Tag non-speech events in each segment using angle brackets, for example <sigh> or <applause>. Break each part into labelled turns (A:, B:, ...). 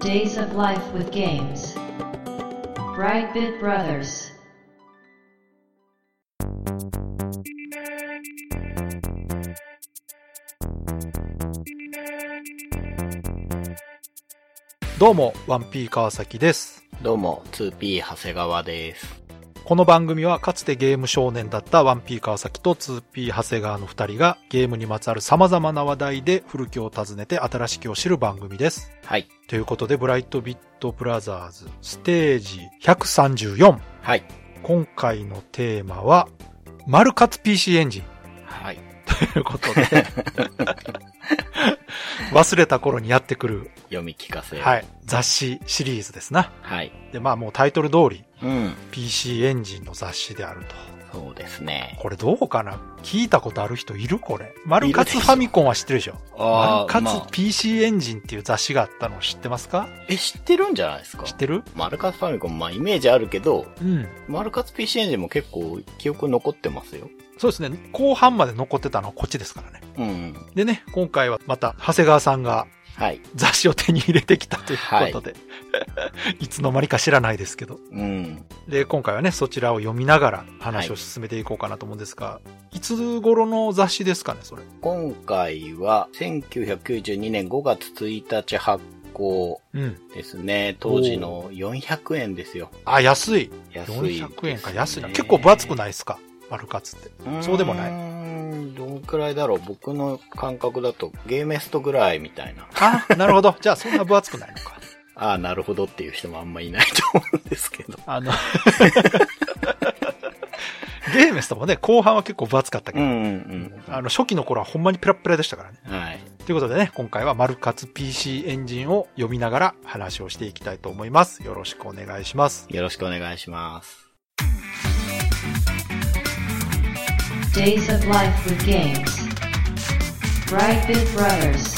A: Days of Life with Games. Brightbit Brothers.
B: どうも、1P 川崎です。
C: どうも、2P 長谷川です。
B: この番組はかつてゲーム少年だった 1P 川崎と 2P 長谷川の2人がゲームにまつわる様々な話題で古きを訪ねて新しきを知る番組です。
C: はい。
B: ということで、ブライトビットブラザーズステージ134。
C: はい。
B: 今回のテーマは、マルカツ PC エンジン
C: はい。
B: ということで、 <laughs> 忘れた頃にやってくる、
C: 読み聞かせ。。
B: はいい、雑誌シリーズですな。
C: はい。
B: で、まあもうタイトル通り、
C: うん。
B: PC エンジンの雑誌であると。
C: そうですね。
B: これどうかな聞いたことある人いるこれ。マルカツファミコンは知ってるでしょマルカ
C: ま
B: ツ PC エンジンっていう雑誌があったの知ってますか
C: え、知ってるんじゃないですか
B: 知ってる
C: マルカツファミコン、まあ、イメージあるけど、
B: うん。
C: マルカツ PC エンジンも結構記憶残ってますよ。
B: そうですね。後半まで残ってたのはこっちですからね。
C: うん。
B: でね、今回はまた長谷川さんが
C: はい。
B: 雑誌を手に入れてきたということで、 <laughs> い、つの間にか知らないですけど。
C: うん。
B: で、今回はね、そちらを読みながら話を進めていこうかなと思うんですが、い、つ頃の雑誌ですかね、それ。
C: 今回は、1992年5月1日発行
B: うん。
C: ですね。当時の400円ですよ。
B: あ、安い。
C: 安い、
B: 400円か安いな。結構分厚くないですかマルカツって。そうでもない
C: い。どんくらいだろう僕の感覚だとゲーメストぐらいみたいな。
B: あ、なるほど。じゃあそんな分厚くないのか。
C: ああ、なるほどっていう人もあんまいないと思うんですけど。
B: あの、ゲーメスともね、後半は結構分厚かったけ
C: う
B: ど、
C: んうん
B: あの、初期の頃はほんまにペラペラでしたからね。
C: うん。はい。
B: ということでね、今回はマルカツ PC エンジンを読みながら話をしていきたいと思います。よろしくお願いします。
C: よろしくお願いします。
A: Days of Life with Games. Brightbit Brothers.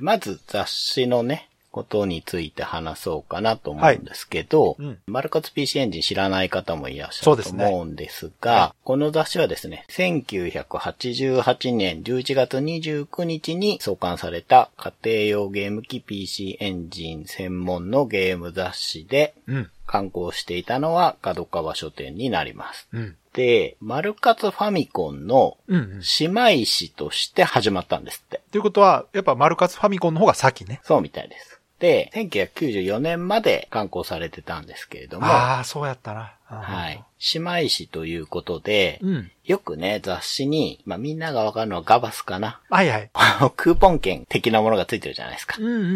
C: まず雑誌のね、ことについて話そうかなと思うんですけど、
B: うん。
C: マルカツ PC エンジン知らない方もいらっしゃると
B: そうですね
C: 思うんですが、この雑誌はですね、1988年11月29日に創刊された家庭用ゲーム機 PC エンジン専門のゲーム雑誌で、
B: うん。
C: 刊行していたのは角川書店になります。
B: うん。
C: で、マルカツファミコンの
B: うん、うん。
C: 姉妹誌として始まったんですって。
B: ということは、やっぱマルカツファミコンの方が先ね。
C: そうみたいです。で、1994年まで刊行されてたんですけれども、
B: ああ、そうやったな。は
C: はい。。姉妹誌ということで、
B: うん。
C: よくね、雑誌に、まあ、みんながわかるのはガバスかな。
B: はいはい。
C: あのクーポン券的なものがついてるじゃないですか
B: う。んうんうん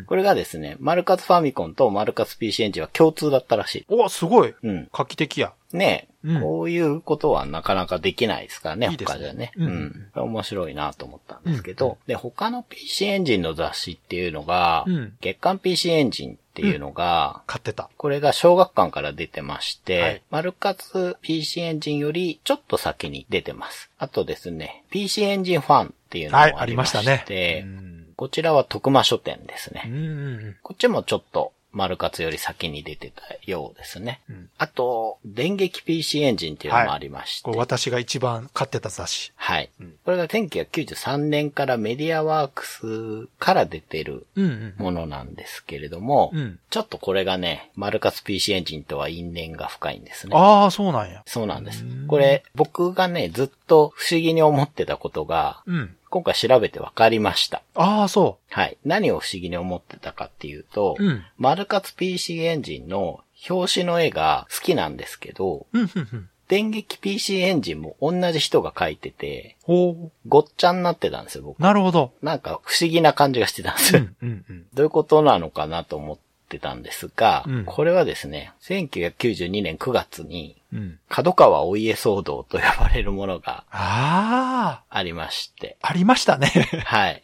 B: うん
C: これがですね、マルカツファミコンとマルカツ PC エンジンは共通だったらしい。
B: うん。おすごい。
C: うん。
B: 画期的や。
C: ねえ、
B: うん
C: こういうことはなかなかできないですからね、
B: いいですね
C: 他じゃね。
B: うん
C: うん。これ面白いなと思ったんですけど、で、他の PC エンジンの雑誌っていうのが、
B: うん
C: 月刊 PC エンジンっていうのが、
B: 買ってた。
C: これが小学館から出てまして、
B: はい
C: マルカツ PC エンジンよりちょっと先に出てます。あとですね、PC エンジンファンっていうのも
B: はい、あ
C: あ
B: り
C: り
B: ま
C: ま
B: し
C: したて、
B: ね。うん
C: こちらは徳間書店ですね。
B: うんうん
C: こっちもちょっとマルカツより先に出てたようですね。
B: うん
C: あと、電撃 PC エンジンっていうのもありまして、
B: これ私が一番買ってた雑誌。
C: はい
B: ん。
C: これが1993年からメディアワークスから出てる
B: うんうん。
C: ものなんですけれども、
B: うん
C: ちょっとこれがね、マルカツ PC エンジンとは因縁が深いんですね。
B: ああ、そうなんや。
C: そうなんです
B: うん。
C: これ、僕がね、ずっと不思議に思ってたことが、
B: うん。
C: 今回調べて分かりました。
B: ああ、そ
C: はい。何を不思議に思ってたかっていうと、
B: う。うん。
C: マルカツ PC エンジンの表紙の絵が好きなんですけど、
B: うん、うん、うん。
C: 電撃 PC エンジンも同じ人が描いてて、
B: ほ
C: ごっちゃになってたんですよ、僕
B: う。。なるほど。
C: なんか不思議な感じがしてたんです
B: う
C: よ。
B: ん、うん、うん。
C: どういうことなのかなと思ってたんですが、
B: うん
C: これはですね、1992年9月に、
B: うん。
C: 角川お家騒動と呼ばれるものが
B: あ
C: あり
B: <laughs>
C: まして、
B: あ、ありましたね。
C: はい。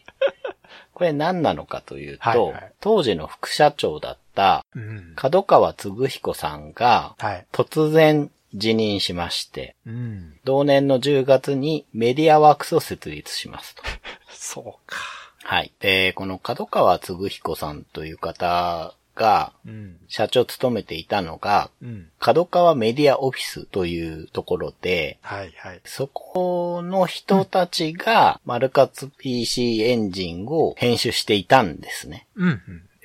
C: これ何なのかというと、
B: はいはい
C: 当時の副社長だった
B: うん。
C: 角川嗣彦さんが
B: はい。
C: 突然辞任しまして、
B: うん。
C: 同年の10月にメディアワークスを設立しますと。
B: <laughs> そうか。
C: はい。で、この角川嗣彦さんという方が、
B: うん。
C: 社長を務めていたのが、
B: うん。
C: 角川メディアオフィスというところで、
B: はいはい。
C: そこの人たちが、マルカツ PC エンジンを編集していたんですね。
B: うん、うん。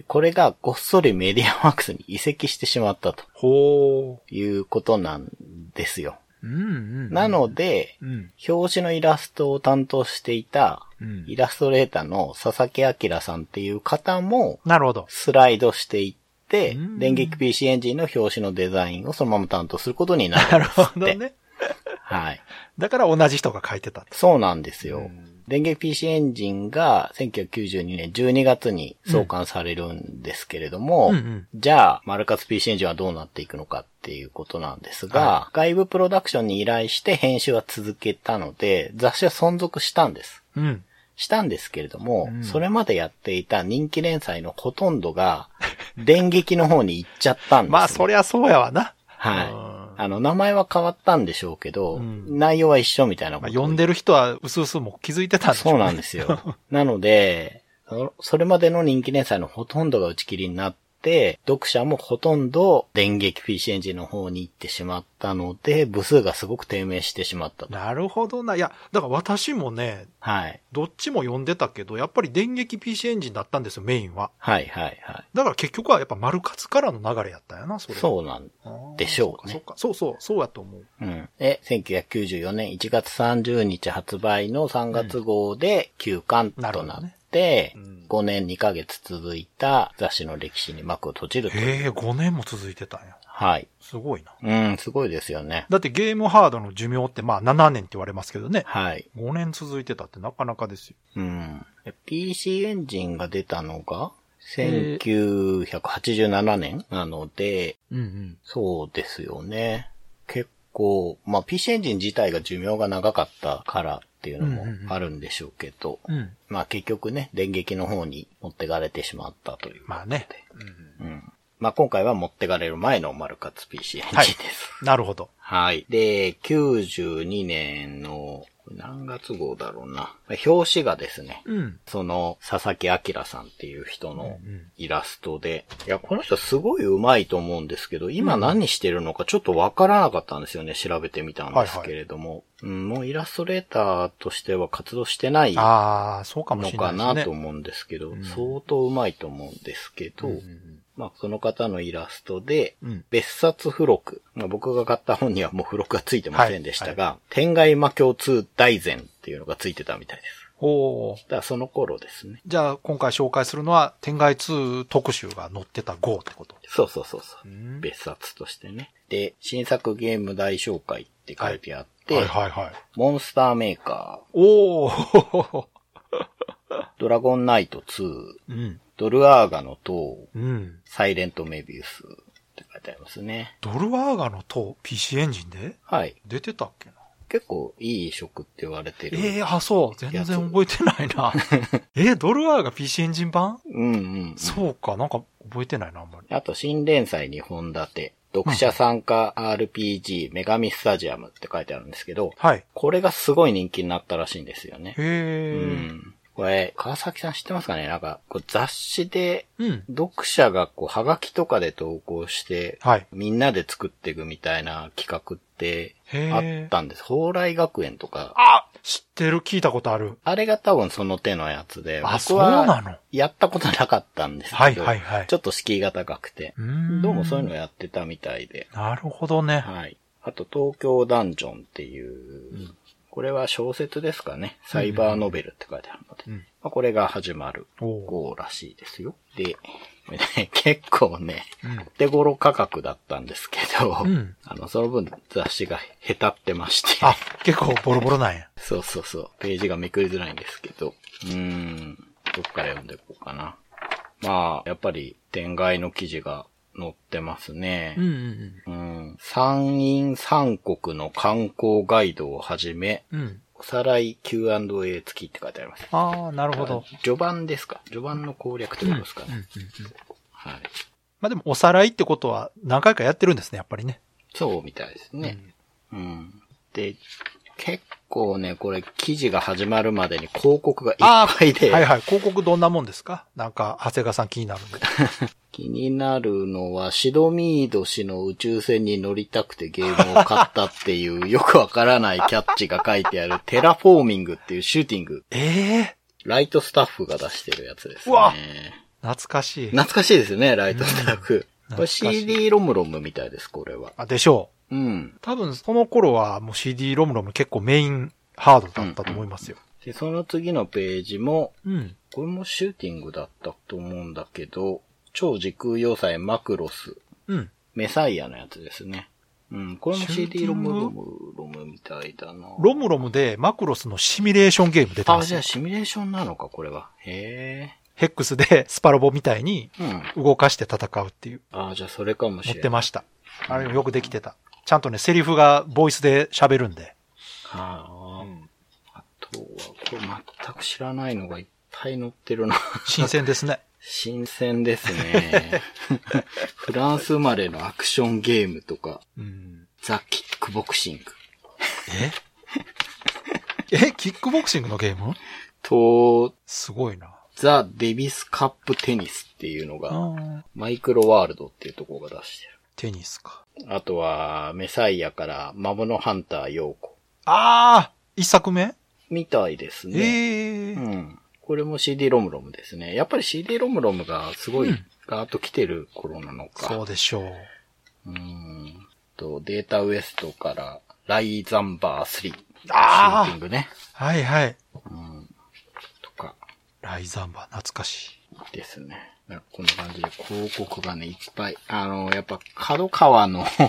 C: これがごっそりメディアワークスに移籍してしまったと
B: ほ
C: いうことなんですよ。
B: う。うん、うん。
C: な、ので、
B: うん。
C: 表紙のイラストを担当していた、
B: うん
C: イ。ラストレーターの佐々木明さんっていう方も、
B: なるほど。
C: スライドしていって
B: う、ん
C: 電撃 PC エンジンの表紙のデザインをそのまま担当することになる。
B: なるほどね。
C: はい。
B: だから同じ人が書いてたと。
C: そうなんです
B: う
C: よ
B: ん。
C: 電撃 PC エンジンが1992年12月に創刊されるんですけれども、
B: うんうん
C: じゃあ、マルカツ PC エンジンはどうなっていくのかっていうことなんですが、
B: は
C: 外部プロダクションに依頼して編集は続けたので、雑誌は存続したんです。
B: うん。
C: したんですけれども、
B: うん
C: それまでやっていた人気連載のほとんどが、 <laughs> 電撃の方に行っちゃったんですね、
B: まあ、そりゃそうやわな。
C: はい。
B: うん
C: あの、名前は変わったんでしょうけど、
B: うん
C: 内容は一緒みたいなこ
B: まあ、
C: とを
B: 読んでる人は、うすうすもう気づいてたんでしょ
C: そうなん
B: ね
C: です
B: <laughs>
C: よ。なので、そそれまでの人気連載のほとんどが打ち切りになって、読者もほとんど電撃 PC エンジンの方に行ってしまったので、部数がすごく低迷してしまったと。
B: なるほどな。いや、だから私もね、
C: はい。
B: どっちも読んでたけど、やっぱり電撃 PC エンジンだったんですよ、メインは。
C: はいはいは
B: だから結局はやっぱ丸活からの流れやったんやな、そ
C: い。
B: れ。
C: そうなん
B: う
C: でしょうね
B: そうか、そうそう、そうやと思う。
C: うん。で、1994年1月30日発売の3月号で休刊とな
B: なるほど
C: っ
B: ね
C: て、
B: うん
C: 5年2ヶ月続いた雑誌の歴史に幕を閉じると。
B: へえ、5年も続いてたんや。
C: はい。
B: すごいな。
C: うん、すごいですよね。
B: だってゲームハードの寿命ってまあ7年って言われますけどね。
C: はい。
B: 5年続いてたってなかなかですよ。
C: うん。PC エンジンが出たのが、
B: え
C: 1987年なので、
B: うんうん。
C: そうですよね。結構、まあ、PC エンジン自体が寿命が長かったからっていうのも
B: うんうんうん
C: あるんでしょうけど、
B: うん。
C: まあ、結局ね、電撃の方に持ってかれてしまったという。
B: まあね。
C: うん。まあ、今回は持ってかれる前のマルカツ PC エンジン
B: はい
C: です。
B: なるほど。
C: はい。で、92年の、これ何月号だろうな。表紙がですね、
B: うん。
C: その、佐々木明さんっていう人の
B: うんうん
C: イラストで、いや、この人すごい上手いと思うんですけど、今何してるのかちょっとわからなかったんですよね、調べてみたんですけれども。うん、もうイラストレーターとしては活動してないの
B: ああ、そうかもしれな
C: か
B: い
C: なと
B: う。
C: 思うんですけど、
B: うん
C: 相当上手いと思うんですけど、
B: うん
C: まあ、その方のイラストで、
B: うん。
C: 別冊付録。まあ、僕が買った本にはもう付録が付いてませんでしたが、天外魔境2大善っていうのが付いてたみたいです。
B: ほう。
C: だからその頃ですね。
B: じゃあ今回紹介するのは、天外2特集が載ってた号ってこと。
C: そうそうそうそう。
B: ん
C: 別冊としてね。で、新作ゲーム大紹介って書いてあって、
B: はいはいはい。
C: モンスターメーカ
B: おお。
C: ー、ドラゴンナイト2、
B: うん。
C: ドルアーガの塔、
B: うん。
C: サイレントメビウスって書いてありますね。
B: ドルワーガの塔、PC エンジンで
C: はい。
B: 出てたっけな
C: 結構いい食って言われてる。
B: ええあ、そう。全然覚えてない <laughs> な。えードルワーガ PC エンジン版
C: うんうんうん。
B: そうか、なんか覚えてないな、あんまり。
C: あと、新連載2本立て、読者参加 RPG、女神スタジアムって書いてあるんですけど、
B: はい。
C: これがすごい人気になったらしいんですよね。う
B: へえ。
C: ん。これ、川崎さん知ってますかねなんか、こう雑誌で
B: うん。
C: 読者がこう、はがきとかで投稿して、
B: はい。
C: みんなで作っていくみたいな企画ってあ
B: へ
C: っ
B: え。
C: たんです。蓬莱学園とか、
B: あ知ってる聞いたことある。
C: あれが多分その手のやつで、
B: あ、
C: 僕
B: そうな
C: は
B: の
C: やったことなかったんですけど、
B: はいはいはい。
C: ちょっと敷居が高くて、どうもそういうのやってたみたいで、
B: なるほどね。
C: はい。あと、東京ダンジョンっていう、これは小説ですかね。サイバーノベルって書いてあるので。
B: うん
C: まあ、これが始まる
B: おう
C: 号らしいですよ。で、これね <laughs> 結構ね、
B: うん
C: 手頃価格だったんですけど、
B: うん
C: あの、その分雑誌が下手ってまして。
B: あ、結構ボロボロなんや。
C: そうそうそう。ページがめくりづらいんですけど。うーん。どっから読んでいこうかな。まあ、やっぱり、天外の記事が載ってますね。
B: うんうん
C: うん山陰三国の観光ガイドをはじめ、
B: うん。うん。
C: おさらい Q&A 付きって書いてあります。
B: ああ、なるほど。
C: 序盤ですか序盤の攻略ってことですかね。
B: うんうんうん。
C: はい。
B: まあでも、おさらいってことは何回かやってるんですね、やっぱりね。
C: そうみたいですね。うん。で、結構ね、これ記事が始まるまでに広告がいっぱいで、
B: はいはい。広告どんなもんですかなんか、長谷川さん気になるん
C: <laughs>
B: で。
C: 気になるのはシドミード氏の宇宙船に乗りたくてゲームを買ったっていうよくわからないキャッチが書いてあるテラフォーミングっていうシューティング、
B: ええ
C: ライトスタッフが出してるやつです
B: うわ
C: ね。
B: 懐かしい。
C: 懐かしいですよね、ライトスタッフ。
B: うん
C: こ
B: 懐
C: れ
B: かしい
C: CD ロムロムみたいです、これは。
B: あでしょう。
C: うん。
B: 多分、その頃はもう CD ロムロム結構メインハードだったと思いますよ。
C: で、その次のページも、
B: うん。
C: これもシューティングだったと思うんだけど、超時空要塞マクロス、
B: うん。
C: メサイアのやつですね。うん、これも
B: シューティ
C: CD
B: ング
C: ロムロムロムみたいだな。
B: ロムロムでマクロスのシミュレーションゲーム出て
C: あ、
B: ます
C: じ
B: よ
C: ゃあシミュレーションなのか、これは。へ
B: ヘックスで <laughs> スパロボみたいに
C: え。うん。
B: 動かして戦うっていう。
C: あ、じゃあそれかもし
B: 持
C: れ
B: っ
C: ない。
B: てました。あれよくできてた。ちゃんとね、セリフがボイスで喋るんで。
C: はあ、あとは、これ全く知らないのがいっぱい載ってるな。 <laughs>
B: 新鮮ですね。
C: 新鮮で
B: <laughs>
C: すね。フランス生まれのアクションゲームとか、
B: うん。
C: ザ・キックボクシング。
B: え <laughs> え、キックボクシングのゲーム
C: と、
B: すごいな。
C: ザ・デビスカップテニスっていうのが、
B: あ
C: マイクロワールドっていうところが出して
B: テニスか。
C: る。あとは、メサイアから、魔物ハンター陽子。
B: ああ一作目
C: みたいですね。
B: ええ
C: う
B: ー。
C: ん。これも CD ロムロムですね。やっぱり CD ロムロムがすごい、
B: うん
C: ガーッと来てる頃なのか。
B: そうでしょう。
C: うん。と、データウエストから、ライザンバー3。
B: あー
C: シューティングね。
B: はいはい。
C: うん。とか、
B: ライザンバー、懐かしい。
C: ですね。なんかこんな感じで広告がね、いっぱい。あの、やっぱ、角川の <laughs>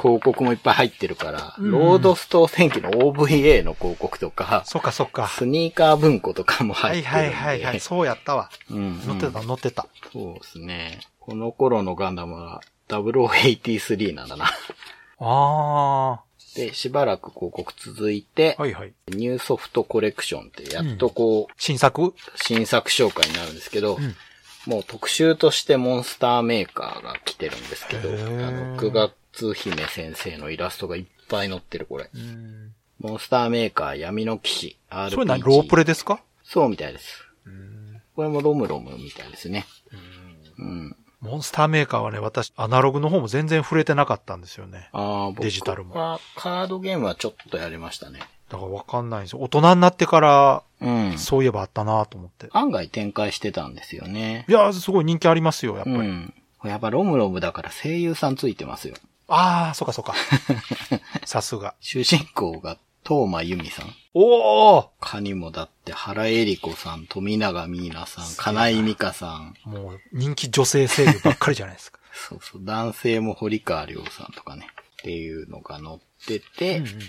C: 広告もいっぱい入ってるから、
B: うん
C: ロードストー戦記の OVA の広告とか、
B: そっかそっか。
C: スニーカー文庫とかも
B: は
C: 入
B: い
C: ってるん
B: は
C: で。
B: いはいはい。そうやったわ。
C: うん、
B: 乗って
C: うん
B: た乗ってた。
C: そうですね。この頃のガンダムは0083なんだな。
B: あ
C: で、しばらく広告続いて
B: あ、はいはい。
C: ニューソフトコレクションってやっとこう、
B: 新作
C: 新作紹介になるんですけど、
B: うん
C: もう特集としてモンスターメーカーが来てるんですけど、
B: へー
C: あの、9月姫先生のイラストがいっぱい載ってるこれ。
B: うん。
C: モンスターメーカー闇の騎士、RPG。
B: それ何ロープ
C: レ
B: レですか
C: そうみたいです。
B: うん。
C: これもロムロムみたいですね。うん。
B: モンスターメーカーはね、私、アナログの方も全然触れてなかったんですよね。
C: ああ、僕
B: デジタルも
C: はカードゲームはちょっとやりましたね。
B: だからわかんないんですよ。大人になってから、
C: うん。
B: そういえばあったなと思って。
C: 案外展開してたんですよね。
B: いやー、すごい人気ありますよ、やっぱ
C: う
B: り。
C: ん。やっぱロムロムだから声優さんついてますよ。
B: ああ、そうかそう <laughs> か。さすが。
C: 主人公が東間由美さん。
B: おお
C: カニもだって原恵里子さん、富永美奈さん、金井美香さん。
B: もう人気女性声優ばっかりじゃない <laughs> ですか。
C: そうそう、男性も堀川亮さんとかね。っていうのが載ってて、
B: うんうん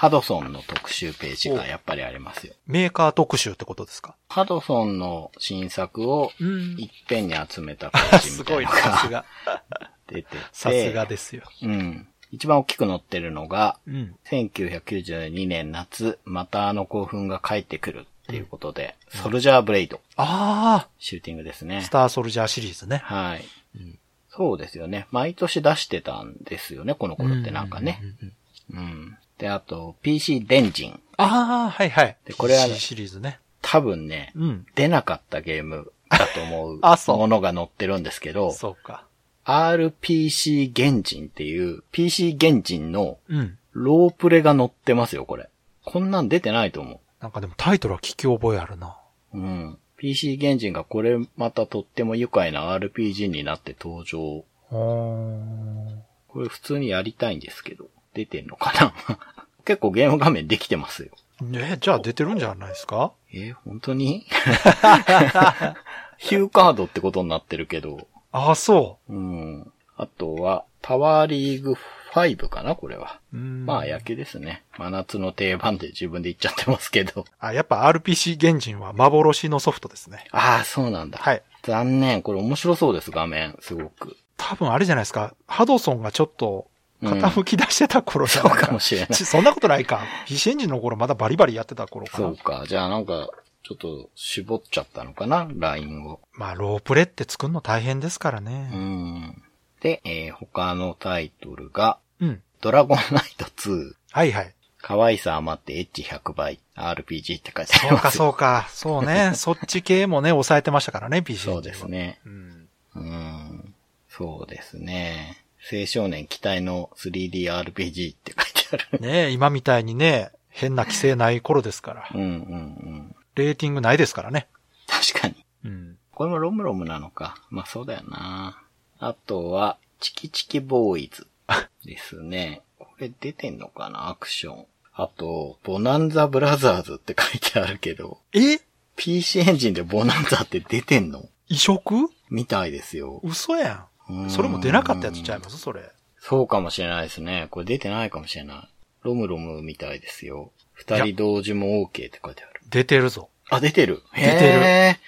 C: ハドソンの特集ページがやっぱりありますよ。
B: メーカー特集ってことですか
C: ハドソンの新作を
B: うん
C: いっぺんに集めたページ
B: す
C: みた
B: ご
C: い
B: い
C: な
B: な、
C: の
B: さ <laughs> す
C: が
B: が。
C: 出てて。
B: さすがですよ。
C: うん。一番大きく載ってるのが、
B: うん。
C: 1992年夏、またあの興奮が帰ってくるっていうことで、ソルジャーブレイド、
B: あ
C: シューティングで
B: あ、
C: すね
B: ス。ターソルジャーシリーズね。
C: はい。
B: ん
C: そうですよね。毎年出してたんですよね、この頃ってなんかね
B: う。んうんうんうん。
C: うん。で、あと、PC 電人。
B: ああ、はいはい。
C: でこれは
B: PC シリーズね。
C: 多分ね、
B: うん。
C: 出なかったゲームだと思う
B: <laughs> あそう
C: ものが載ってるんですけど、
B: そうか。
C: RPC 原人っていう、PC 原人の
B: うん。
C: ロープレが載ってますよ、これ。こんなん出てないと思う。
B: なんかでもタイトルは聞き覚えあるな。
C: うん。PC 原人がこれまたとっても愉快な RPG になって登場。
B: おー
C: これ普通にやりたいんですけど、出てんのかな <laughs> 結構ゲーム画面できてますよ。
B: ねじゃあ出てるんじゃないですか
C: えー本当に <laughs> ヒューカードってことになってるけど。
B: ああ、そ
C: うん。あとは、パワーリーグ5かなこれは。
B: う。うん
C: まあ、野球ですね。真夏の定番で自分で言っちゃってますけど。
B: あ、やっぱ RPC 原人は幻のソフトですね。
C: ああ、そうなんだ。
B: はい。
C: 残念。これ面白そうです、画面。すごく。
B: 多分あれじゃないですか。ハドソンがちょっと傾き出してた頃じゃ
C: <laughs> そう
B: ない
C: か
B: か。
C: もしれない。
B: ちそんなことないか。PC エンジンの頃まだバリバリやってた頃か
C: そ
B: な
C: う。か。じゃあなんか、ちょっと絞っちゃったのかなラインを。
B: まあ、ロープレって作るの大変ですから
C: う
B: ね。
C: ん。で、えー他のタイトルが、
B: うん。
C: ドラゴンナイト2、
B: はいはい。
C: 可愛さ余ってエッジ100倍、RPG って書いてあ
B: そ
C: り
B: う
C: ま
B: か、
C: す。
B: そうか。そうね。そっち系もね、抑えてましたからね、PC。
C: そうです。ね。
B: うん。
C: うん。そうですね。青少年期待の 3DRPG って書いてある。
B: ねえ今みたいにね、変な規制ない頃ですから。
C: うんうんうん。
B: レーティングないですからね。
C: 確かに。
B: うん。
C: これもロムロムなのか。まあそうだよな。あとは、チキチキボーイズですね。これ出てんのかなアクション。あと、ボナンザブラザーズって書いてあるけど、
B: え
C: PC エンジンでボナンザって出てんの
B: 移植
C: みたいですよ。
B: 嘘や。
C: うんん
B: それも出なかったやつちゃいますそれ。
C: そうかもしれないですね。これ出てないかもしれない。ロムロムみたいですよ。
B: や
C: 二人同時も OK って書いてある。
B: 出てるぞ。
C: あ、出てる。
B: 出てる
C: へ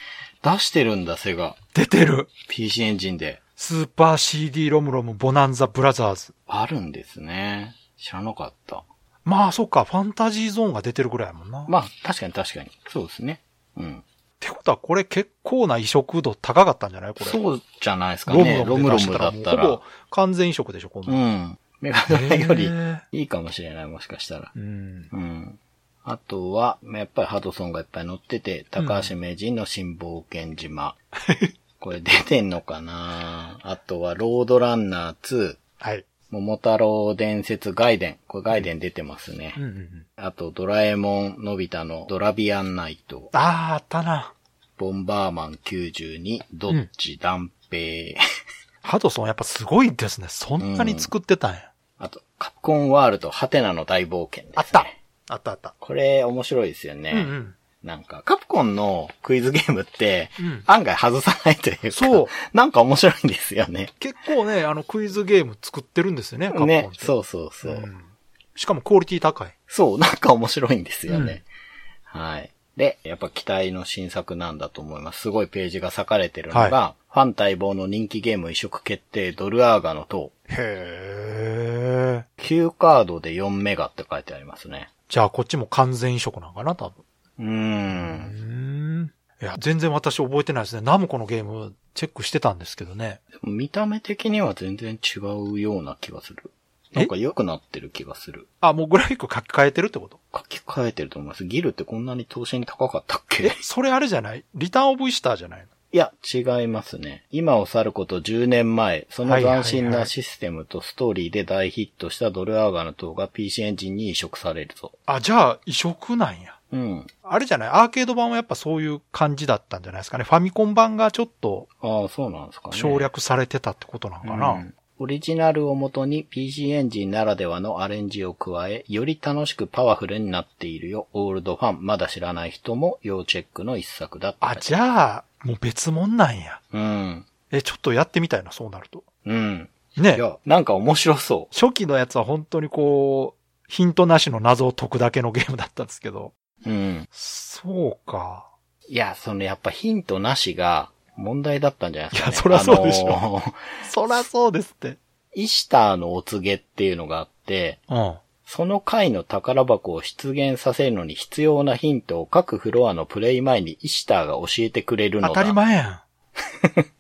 C: ー。出してるんだ、セガ。
B: 出てる
C: PC エンジンで。
B: スーパー CD ロムロムボナンザブラザーズ。
C: あるんですね。知らなかった。
B: まあ、そっか、ファンタジーゾーンが出てるぐらいやもんな。
C: まあ、確かに確かに。そうですね。うん。
B: ってことは、これ結構な移植度高かったんじゃないこれ。
C: そうじゃないですかね。ロムロ
B: で出し
C: ムだっ
B: もう
C: た
B: ほ
C: ら
B: ぼ。完全移植でしょ、こん
C: う
B: なん。
C: ん。メガドラより
B: へー
C: いいかもしれない、もしかしたら。
B: うん。
C: うん。あとは、まあやっぱりハドソンがいっぱい乗ってて、高橋名人の新冒険島。これ出てんのかなあとは、ロードランナー2、
B: はい。
C: 桃太郎伝説外伝。これ外伝出てますね。
B: うんうんうん。
C: あと、ドラえもんのび太のドラビアンナイト、
B: あー、あったな。
C: ボンバーマン92、どっち断平。
B: ハドソンやっぱすごいですね。そんなに作ってたんや。
C: <laughs> あと、カプコンワールド、ハテナの大冒険です、ね。
B: あったあったあった。
C: これ面白いですよね。
B: うんうん。
C: なんか、カプコンのクイズゲームって、
B: うん
C: 案外外さないというか、
B: そう
C: <laughs> なんか面白いんですよね。
B: 結構ね、あの、クイズゲーム作ってるんですよね、カプコンって。
C: ね、そうそうそう。
B: んしかもクオリティ高い。
C: そう、なんか面白いんですよね。はい。で、やっぱ期待の新作なんだと思います。すごいページが裂かれてるのが、ファン待望の人気ゲーム移植決定、ドルアーガの塔。
B: へー。
C: 9カードで4メガって書いてありますね。
B: じゃあこっちも完全移植なんかな、多分。
C: うー
B: う
C: ん。
B: ん。いや、全然私覚えてないですね。ナムコのゲームチェックしてたんですけどね。
C: でも見た目的には全然違うような気がする。なんか良くなってる気がする。
B: あ、もうグラフィック書き換えてるってこと
C: 書き換えてると思います。ギルってこんなに投資に高かったっ
B: <laughs>
C: け
B: それあれじゃないリターンオブイスターじゃないの
C: いや、違いますね。今を去ること10年前、その斬新なシステムとストーリーで大ヒットしたドルアーガの塔が PC エンジンに移植されるぞ。
B: あ、じゃあ移植なんや。
C: うん。
B: あれじゃないアーケード版はやっぱそういう感じだったんじゃないですかね。ファミコン版がちょっと
C: ああ、そうなんですかね。
B: 省略されてたってことなんか
C: う
B: な。
C: んオリジナルをもとに PC エンジンならではのアレンジを加え、より楽しくパワフルになっているよ。オールドファン、まだ知らない人も要チェックの一作だった。
B: あ、じゃあ、もう別もんなんや。
C: うん。
B: え、ちょっとやってみたいな、そうなると。
C: うん。い
B: ね。
C: や、なんか面白そ
B: 初期のやつは本当にこう、ヒントなしの謎を解くだけのゲームだったんですけど。
C: う。うん。
B: そうか。
C: いや、そのやっぱヒントなしが問題だったんじゃないですか、ね。
B: いやそらそうでしょ
C: あのー
B: そらそうですって。
C: イシターのお告げっていうのがあって、
B: うん。
C: その回の宝箱を出現させるのに必要なヒントを各フロアのプレイ前にイシターが教えてくれるのだ。
B: 当たり前やん。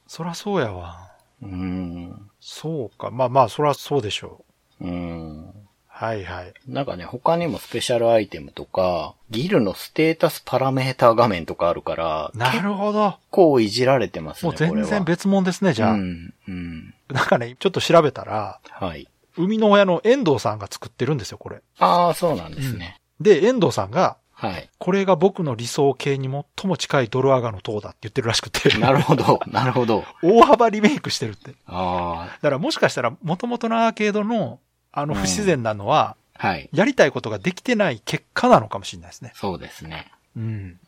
B: そらそうやわ。
C: うーん。
B: そうか。まあまあ、そらそうでしょう。
C: うーん。
B: はいはい。
C: なんかね、他にもスペシャルアイテムとか、ギルのステータスパラメーター画面とかあるから、
B: なるほど。
C: こういじられてますね、
B: もう
C: これは。
B: 全然別物ですね、じゃあ。
C: うん、うん。
B: なんかね、ちょっと調べたら、
C: はい。
B: 生みの親の遠藤さんが作ってるんですよ、これ。
C: ああ、そうなんですね。
B: で、遠藤さんが、
C: はい。
B: これが僕の理想形に最も近いドルアガの塔だって言ってるらしくて、
C: なるほど、 <laughs> なるほど。
B: <laughs> 大幅リメイクしてるって。
C: あ
B: だからもしかしたら、元々のアーケードの、あの
C: うん
B: 不自然なのは、
C: あ、はい。
B: やりたいことができてない結果なのかもしれないですね。
C: そうですね。
B: うん。
C: うん。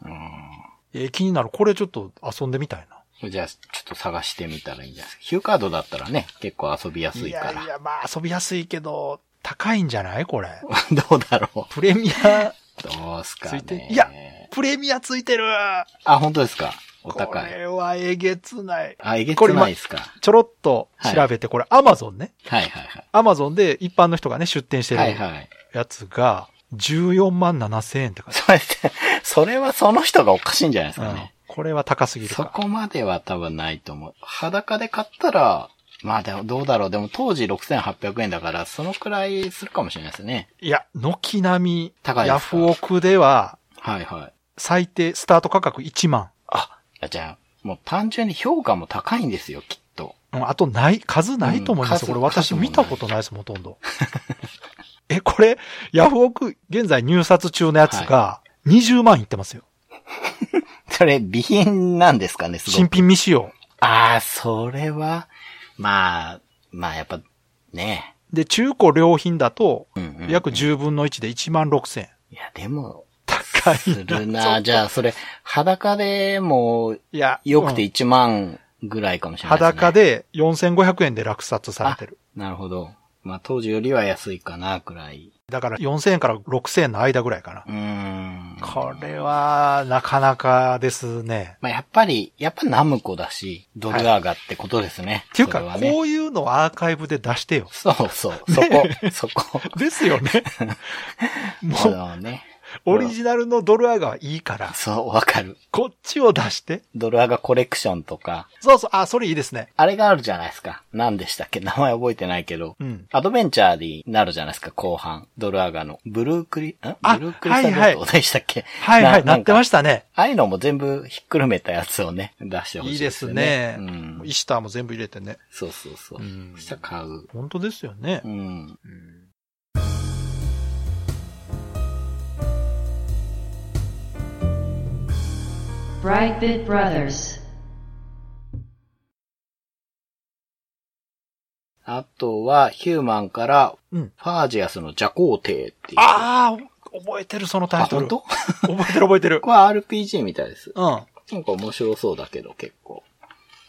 B: えー気になる。これちょっと遊んでみたいな。
C: じゃあ、ちょっと探してみたらいいんじゃないですか。ヒューカードだったらね、結構遊びやすいから。
B: やいや、まあ遊びやすいけど、高いんじゃないこれ。
C: <laughs> どうだろう。
B: プレミ
C: <laughs>
B: ア、
C: どうすか
B: ついて
C: ね。
B: いやプレミアついてる
C: あ、本当ですか。お高
B: こ
C: い。
B: れはえげつない。
C: あ、えげつ
B: これ
C: ないですか。
B: ちょろっと調べて、これ Amazon ね。
C: はいはいはい。
B: Amazon で一般の人がね、出店して
C: はい
B: る
C: はい。
B: やつが、14万7千円って書いて
C: <laughs> それって、それはその人がおかしいんじゃないです
B: ある
C: か
B: うん
C: ね。
B: これは高すぎる
C: そ
B: か。
C: こまでは多分ないと思う。裸で買ったら、まあでもどうだろう。でも当時6800円だから、そのくらいするかもしれないですね。
B: いや、軒並
C: 高
B: み、
C: いですか
B: ヤフオクでは、
C: はいはい。
B: 最低、スタート価格1万。
C: あ、じゃあ、もう単純に評価も高いんですよ、きっと。 <laughs>
B: うんあとない、数ないと思いますよ。
C: うん
B: これ
C: 数
B: 私見たことないです、ほとんど。 <laughs> え、これ、ヤフオク、現在入札中のやつが、20万いってますよ。
C: それ、備品なんですかね、すご
B: 新
C: い。
B: 品未使用。
C: ああ、それは、まあ、まあやっぱ、ね
B: で、中古良品だと、
C: え。うんうん。
B: 約10分の1で1万6千。
C: いや、でも、
B: 高
C: す
B: いな。
C: る <laughs> な。じゃあ、それ、裸でも、
B: いや、
C: よくて
B: うん
C: 1万ぐらいかもしれないですね。
B: 裸で4500円で落札されてる。
C: なるほど。まあ当時よりは安いかな、くらい。
B: だから4000円から6000円の間ぐらいかな。
C: うーん。
B: これは、なかなかですね。
C: まあやっぱり、やっぱナムコだし、ドルアーガってことですね。
B: っていう
C: そ
B: か、
C: れはね
B: こういうのをアーカイブで出してよ。
C: そうそう、そこ、 <laughs> そこ。
B: です
C: <laughs>
B: よね。
C: そ
B: もう、
C: のね。
B: オリジナルのドルアガはいいから、
C: そう、わかる。
B: こっちを出して。
C: ドルアーガコレクションとか、
B: そうそう、あ、それいいですね。
C: あれがあるじゃないですか。何でしたっけ名前覚えてないけど。
B: うん。
C: アドベンチャーになるじゃないですか、後半。ドルアーガの。ブルークリ、ん
B: あ
C: ブルークリスタル
B: はいはい
C: どうでしたっけ
B: はいはい、なってま
C: した。んか
B: したね。
C: ああいうのも全部ひっくるめたやつをね、出してほし
B: いい
C: い
B: で
C: です
B: す
C: よ
B: ね。
C: うん
B: イシターも全部入れてね。
C: そうそうそ
B: う
C: う。
B: ん
C: そしたら買う。
B: 本当ですよね
C: う。ん。
A: Brightbit Brothers.
C: あとは、ヒューマンから、
B: う
C: フ
B: ん
C: ァージアスのジャコーテっていう。
B: ああ、覚えてる、そのタイ
C: あ、
B: ト
C: 本
B: ル。
C: 当？ <laughs> こ
B: 覚えてる覚えてる。
C: こは RPG みたいです。
B: うん。
C: なんか面白そうだけど、結構。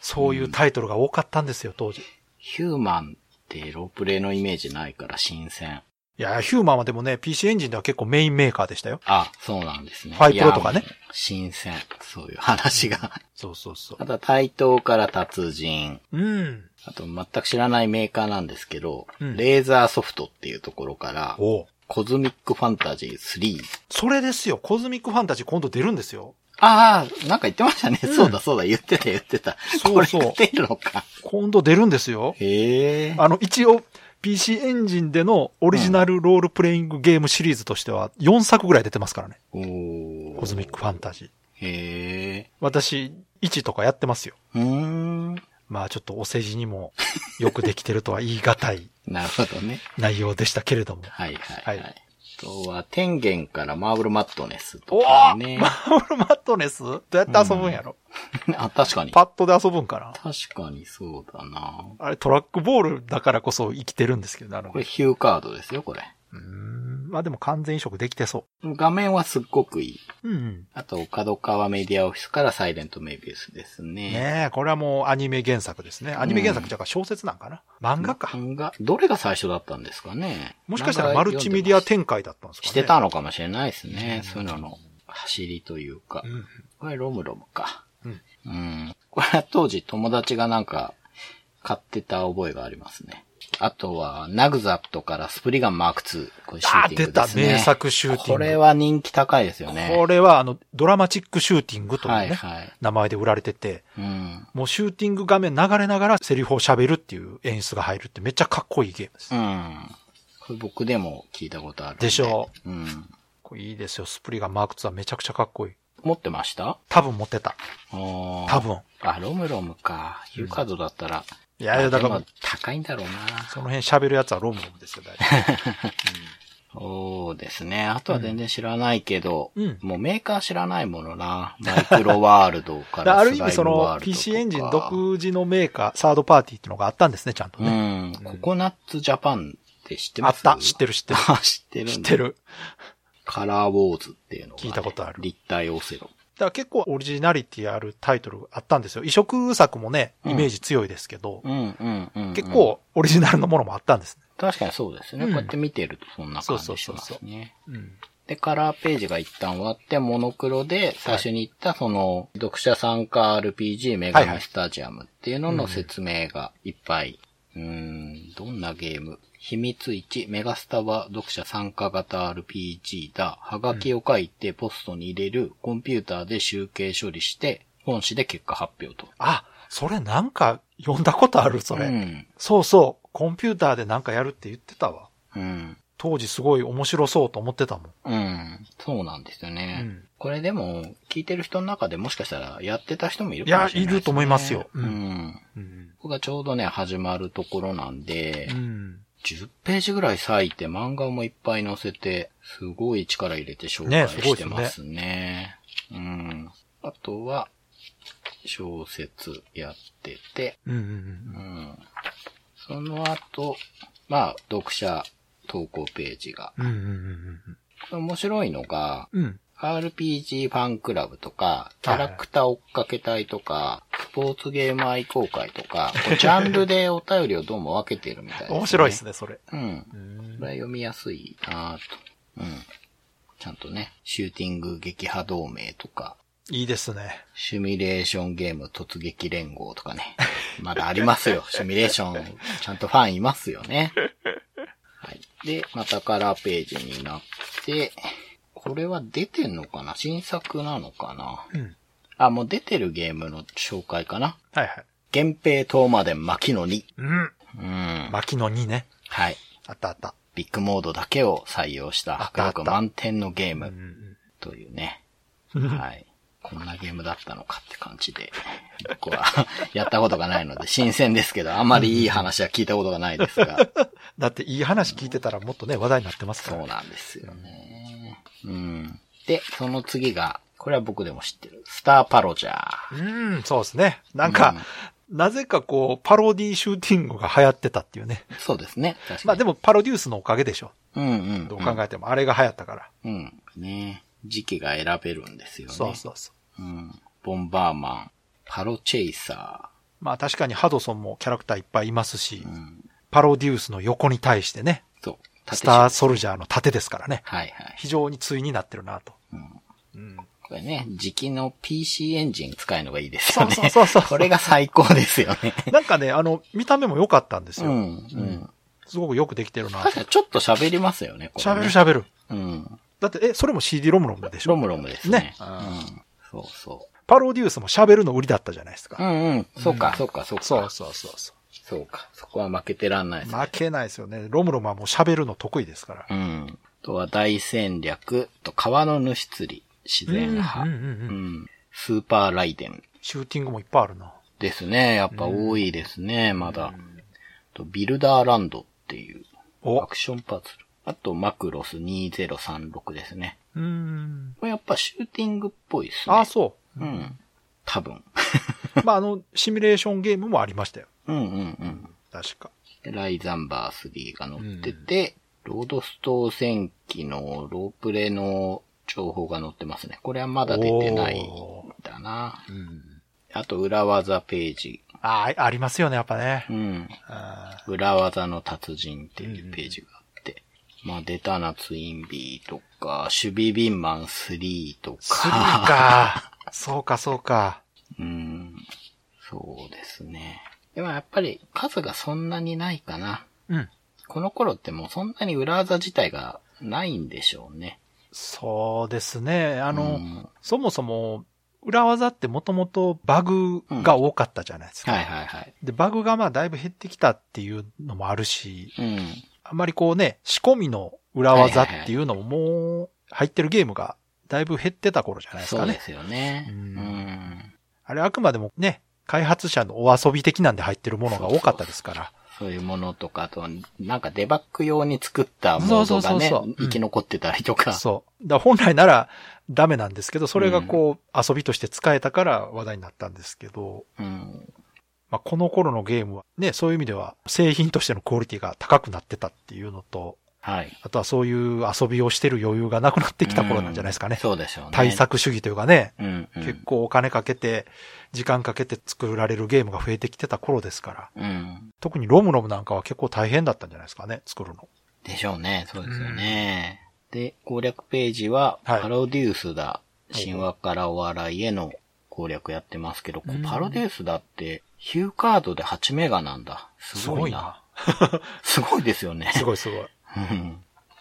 B: そういうタイトルが多かったんですよ、当時。い
C: ヒューマンってロープレイのイメージないから新鮮。
B: や、ヒューマンはでもね、PC エンジンでは結構メインメーカーでしたよ。
C: あ、そうなんですね。
B: ファイプロとかね
C: いや。もう新鮮。そういう話が。 <laughs>
B: そうそうそ
C: あとは、対等から達人。
B: う。うん。
C: あと、全く知らないメーカーなんですけど、
B: うん
C: レーザーソフトっていうところから、
B: おう
C: コズミックファンタジー3。
B: それですよ、コズミックファンタジー今度出るんですよ。
C: ああ、なんか言ってましたね。
B: うん
C: そうだそうだ、言ってた言ってた。
B: そうそう
C: これ出るのか。
B: 今度出るんですよ。
C: へえ。
B: あの、一応、PC エンジンでのオリジナルロールプレイングゲームシリーズとしては4作ぐらい出てますからね。
C: おー
B: コズミックファンタジー。
C: へえ。
B: 私、1とかやってますよ。
C: うーん。
B: まあちょっとお世辞にもよくできてるとは言い難い
C: なるほどね。
B: 内容でしたけれども。 <laughs>
C: はいはい、はい。
B: は
C: あとは、天元からマーブルマットネスと
B: お
C: か
B: お、
C: ね
B: マ。ーブルマットネスどうやって遊ぶんやろ、
C: <laughs> あ、確かに。
B: パッドで遊ぶんかな
C: 確かにそうだな。
B: あれトラックボールだからこそ生きてるんですけど、なる
C: こ
B: ほ
C: れ
B: ど。
C: ヒューカードですよ、これ。
B: うーん。まあでも完全移植できてそ
C: 画面はすっごくいい。
B: う。うんうん。
C: あと、角川メディアオフィスからサイレントメビウスですね。
B: ねえ、これはもうアニメ原作ですね。アニメ原作じゃから小説なんかな、漫画か。
C: 漫画どれが最初だったんですかね
B: もしかしたらマルチメディア展開だったんですかね。
C: してたのかもしれないですね。そういうのの走りというか
B: う。ん。
C: これロムロムか。
B: うん。
C: うん。これは当時友達がなんか買ってた覚えがありますね。あとは、ナグザットからスプリガンマーク2。これシュ
B: あ
C: ー
B: あ、
C: ティン
B: 出
C: グ
B: た
C: で。すね。
B: 名作シューティング。
C: これは人気高いですよね。
B: これはあの、ドラマチックシューティングというね、
C: はいはい。
B: 名前で売られてて、
C: うん。
B: もうシューティング画面流れながらセリフを喋るっていう演出が入るってめっちゃかっこいいゲームです。
C: うん。これ僕でも聞いたことあるん。
B: でしょ
C: う。うん。
B: これいいですよ。スプリガンマーク2はめちゃくちゃかっこいい。
C: 持ってました
B: 多分持ってた。
C: 多
B: 多。分。
C: あ、ロムロムか。ユーカードだったら。
B: いやいや、だか
C: まあ
B: ら
C: でも、高いんだろう
B: その辺喋るやつはロムロムですよ、
C: <laughs>
B: 大体。
C: な。そうですね。あとは全然知らないけど、
B: うん
C: もうメーカー知らないものな。マイクロワールド
B: だか
C: か
B: ら
C: ら
B: ある意味
C: スラ
B: そ
C: イム
B: の
C: ワールドとか
B: PC エンジン独自のメーカー、サードパーティーってのがあったんですね、ちゃんと
C: う
B: ね。
C: ん。ココナッツジャパンって知って
B: あ
C: ま
B: っ
C: す
B: た。知ってる知ってる。
C: あ、 <laughs> 知ってる。
B: 知って。る。
C: カラーウォーズっていうのが、
B: 聞いたことある
C: 立体オセロ。
B: だから結構オリジナリティあるタイトルあったんですよ。移植作もね、イメージ強いですけど、
C: うんうんうん、うん
B: 結。構オリジナルのものもあったんですね。
C: 確かにそうですね。
B: うん
C: こうやって見てるとそんな感じし
B: そ
C: ま
B: う
C: す
B: そう
C: ね。
B: そうそううん
C: で、カラーページが一旦終わって、モノクロで最初に言った、その、読者参加 RPG メガネスタジアムっていうのの説明がいっぱい。うーん、どんなゲーム秘密1、メガスタは読者参加型 RPG だ。はがきを書いてポストに入れる、コンピューターで集計処理して、本誌で結果発表と。
B: あ、それなんか読んだことある、それ。
C: うん。
B: そうそう。コンピューターでなんかやるって言ってたわ。
C: うん。
B: 当時すごい面白そうと思ってたもん。
C: うん。そうなんですよね。
B: うん
C: これでも、聞いてる人の中でもしかしたらやってた人もいる
B: いや
C: かもしれない、
B: いると思いますよ
C: う。
B: うんん
C: うん、
B: うん。
C: 僕がちょうどね、始まるところなんで、
B: うん。
C: 10ページぐらい割いて漫画もいっぱい載せて、すごい力入れて紹
B: ね
C: 介
B: すごいで
C: して
B: すね
C: ますね。うん。あとは、小説やってて、
B: うん。う
C: うんん。その後、まあ、読者投稿ページが。
B: うん。うん。うん
C: 面白いのが、
B: うん。うん。
C: RPG ファンクラブとか、キャラクター追っかけ隊とか、スポーツゲーム愛好会とか、こうジャンルでお便りをどうも分けてるみたいです、ね。
B: 面白いですね、それ。
C: うん。
B: うん
C: これは読みやすいなぁと。うん。ちゃんとね、シューティング撃破同盟とか、
B: いいですね。
C: シミュレーションゲーム突撃連合とかね。まだあります
B: <laughs>
C: よ。シミュレーション、ちゃんとファンいますよね。はい。で、またカラーページになって、これは出てんのかな新作なのかな
B: うん。
C: あ、もう出てるゲームの紹介かな
B: はいはい。
C: 源平東馬伝牧野2。
B: うん。
C: うん。
B: 牧野2ね。
C: はい。
B: あったあった。
C: ビッグモードだけを採用した迫力満点のゲー
B: う
C: ム
B: ん。
C: というね。
B: うん
C: はい。こんなゲームだったのかって感じで、僕はやったことがないので新鮮ですけど、あんまりいい話は聞いたことがないですが、
B: だっていい話聞いてたらもっとね、話題になってますか
C: そう
B: ら。
C: なんですよね。うん。で、その次が、これは僕でも知ってる、スターパロジャー。
B: うん、そうですね。なんか、なぜかこう、パロディシューティングが流行ってたっていうね。
C: そうですね。確かに。
B: まあで
C: も、
B: もパロデュースのおかげでしょ。
C: うんうん。
B: どう考えても。あれが流行ったから。
C: うん。ね時期が選べるんですよね。
B: そうそうそう。
C: う。うん。ボンバーマン、パロチェイサ
B: まあ確かにハドソンもキャラクターいっぱいいますし
C: ー。う、ん。
B: パロデュースの横に対してね、
C: そう。
B: スター
C: ー。
B: ソルジャーの盾ですからね。
C: はいはい。
B: 非常に対になってるなと。
C: うん
B: うん。
C: これね、時期の PC エンジン使うのがいいです
B: そ
C: よ
B: う
C: ね。
B: そうそうそう。
C: これが最高ですよね。
B: なんかね、あの、見た目も良かったんです
C: う
B: よ。
C: ん、うん。
B: すごくよくできてるな
C: 確かにちょっと喋りますよね、これ、
B: 喋る喋る。
C: る。うん。
B: だって、え、それも CD ロムロムでし
C: ロ
B: ょ
C: ムロムですね。
B: ね
C: うん。そうそ
B: パロデュースも喋るの売りだったじゃないです
C: う。
B: か。
C: うんうん。そうか、そうか、そうか。
B: そうそうそうそ
C: そうか。そこは負けてらんないで
B: う。
C: すね。
B: 負けないですよね。ロムロムはもう喋るの得意ですから。
C: うん。あとは大戦略、と川の主釣り、自然派。
B: うんうんうんうん
C: うんスーパーライデン
B: シューティングもいっぱいあるな。
C: ですね。やっぱ多いですね、まだ。あとビルダーランドっていう。ア
B: お。
C: クションパズル。あと、マクロス2036ですね。
B: うーん。
C: これやっぱシューティングっぽいですね。。
B: あ、そう
C: うん。多分。
B: う。まあ、あの、シミュレーションゲームもありましたよ。
C: うんうんうん。
B: 確か。
C: でライザンバー3が載ってて、ロードストー戦記のロープレの情報が載ってますね。これはまだ出てないんだな。
B: うん。
C: あと、裏技ページ。
B: ああ、ありますよね、やっぱね
C: う。ん。
B: あ
C: 裏技の達人っていうページがあって。まあ、出たなツインビーとか、守備ビンマン3とか。
B: ースリーか。そうか、そうか。
C: うん。そうですね。でもやっぱり数がそんなにないかな。
B: うん。
C: この頃ってもうそんなに裏技自体がないんでしょうね。
B: そうですね。あ
C: あ
B: の、そもそも、裏技ってもともとバグが多かったじゃないですか。
C: はいはいはい。
B: で、バグがまあだいぶ減ってきたっていうのもあるし、
C: うん。
B: あんまりこうね、仕込みの裏技っていうのももう入ってるゲームがだいぶ減ってた頃じゃないです
C: そ
B: か
C: うで
B: ね。
C: すよね。う
B: うん
C: ん。
B: あれあくまでもね、開発者のお遊び的なんで入ってるものが多かったですから。
C: そういうものとか、あと、なんかデバッグ用に作ったモードがね
B: そうそうそうそう、うん
C: 生き残ってたりとか。
B: そう。だから本来ならダメなんですけど、それがこう遊びとして使えたから話題になったんですけど、
C: うん。
B: まあ、この頃のゲームはね、そういう意味では製品としてのクオリティが高くなってたっていうのと、
C: はい。
B: あとはそういう遊びをしてる余裕がなくなってきた頃なんじゃないですかね
C: うん。そうでしょうね。
B: 対。策主義というかね、
C: うん、うん。
B: 結構お金かけて、時間かけて作られるゲームが増えてきてた頃ですから、
C: うん。
B: 特にロムロムなんかは結構大変だったんじゃないですかね、作るの。
C: でしょうね。そうですよね。で、攻略ページは、
B: はい
C: パロデュースだ。神話からお笑いへの攻略やってますけど、こう
B: うん
C: パロデュースだって、ヒューカードで8メガなんだ。すごいな。。す <laughs> ごいですよね。
B: すごいすごい。
C: うん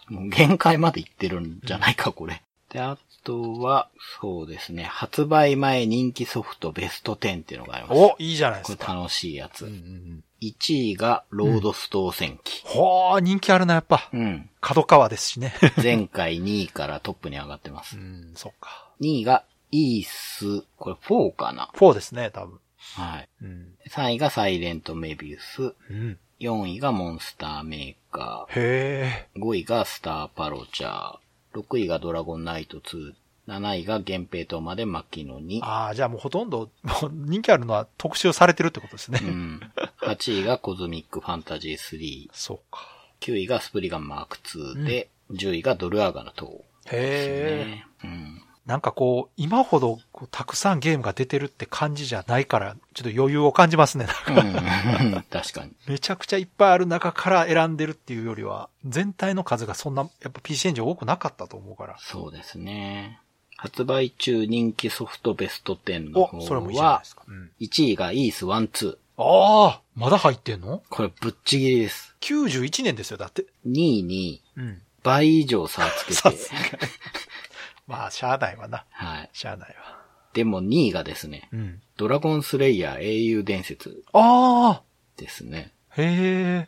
C: もう限界までいってるんじゃないか、これ。で、あとは、そうですね、発売前人気ソフトベスト10っていうのがあります。
B: お、いいじゃないで
C: こ
B: す
C: れ
B: か。
C: 楽しいやつ。
B: うんうんうん
C: 1位が、ロードストー戦記。
B: ほー、人気あるな、やっぱ。
C: うん。
B: 角川ですしね。
C: 前回2位からトップに上がってま
B: う
C: す。
B: ん、そっか。
C: 2位が、イース、これ4かな
B: 4ですね、多分。
C: はい。
B: うん。
C: 3位がサイレントメビウス。
B: うん。
C: 4位がモンスターメーカ
B: へ
C: ー。5位がスターパロチャー。6位がドラゴンナイト2。7位が源平島まで牧野に
B: ー。。ああ、じゃあもうほとんど、 <laughs> もう人気あるのは特集されてるってことですね。
C: うん。8位がコズミックファンタジー3。
B: そうか。
C: 9位がスプリガンマーク2で、10位がドルアーガの塔。
B: へえ。
C: ねうん。
B: なんかこう、今ほどこうたくさんゲームが出てるって感じじゃないから、ちょっと余裕を感じますね。 <laughs>
C: うん <laughs> 確かに。
B: めちゃくちゃいっぱいある中から選んでるっていうよりは、全体の数がそんな、やっぱ PC エンジン多くなかったと思うから。
C: そうですね。発売中人気ソフトベスト10の
B: お、
C: 方
B: それもいいじゃない
C: は
B: で、すか。うん。
C: 1位がイース12。
B: ああ、まだ入ってんの
C: これぶっちぎりです。
B: ?91 年ですよ、だって。
C: 2位に
B: うん。
C: 倍以上差つ
B: <laughs>
C: け
B: さ
C: て。
B: すがまあ、しゃあないわな。
C: はい。
B: しゃあないわ。
C: でも2位がですね、
B: うん。
C: ドラゴンスレイヤー英雄伝説
B: あ
C: ですね。
B: あ、へ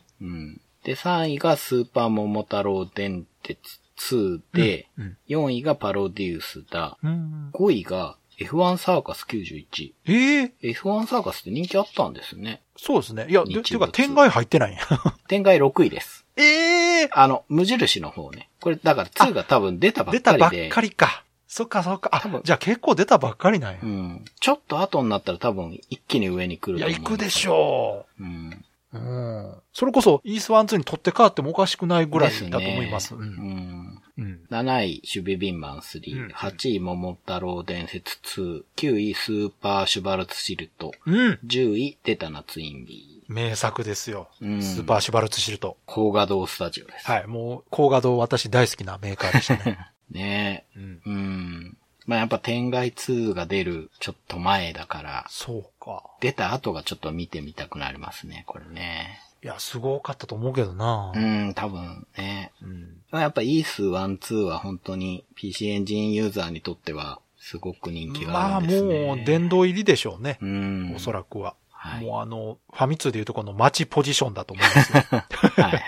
B: え。
C: うん。で、3位がスーパー桃太郎電鉄2で、
B: うん。
C: 4位がパロディウスだ。
B: うん。
C: 5位が F1 サーカス91。
B: ええ
C: F1 サーカスって人気あったんですね。
B: そうですね。いや、で、
C: 日
B: てか、
C: 没
B: 天外入ってないんや。
C: 展開6位です。
B: ええ
C: あの、無印の方ね。これ、だから2が多分出たばっ
B: <laughs> 出たば
C: か
B: っ
C: りで。
B: かりか。そっかそっか。
C: 多
B: あ
C: 分、
B: じゃあ結構出たばっかりなんや。
C: うん。ちょっと後になったら多分一気に上に来
B: い
C: る
B: や、
C: と思う。
B: 行くでしょ
C: う。うん。
B: う。うん。それこそ、イースワンツーに取って変わってもおかしくないぐらいだと思います。
C: で
B: う。
C: ねうんん。
B: うん。
C: 7位、シュビビンマン
B: うん
C: 3。8位、桃太郎伝説2。9位、スーパーシュバルツシルト。
B: うん。
C: 10位、テタナツインビー。
B: 名作ですよ。
C: うん
B: スーパーシュバルツシルト。
C: 高画堂スタジオです。
B: はい。もう、高画堂私大好きなメーカーで
C: <laughs>
B: したね。
C: ね
B: うん。
C: え。うん。まあやっぱ天外2が出るちょっと前だから、
B: そうか。
C: 出た後がちょっと見てみたくなりますね、これね。
B: いや、すごかったと思うけどな
C: う。ん、多分ね。
B: うん。
C: やっぱイース1、2は本当に PC エンジンユーザーにとってはすごく人気
B: ま
C: があ
B: あ、
C: るんですね。
B: もう、殿堂入りでしょうね。
C: うん。
B: おそらくは。
C: はい
B: もうあの、ファミ通でいうとこのマッチポジションだと思います <laughs> よ。
C: はいはい。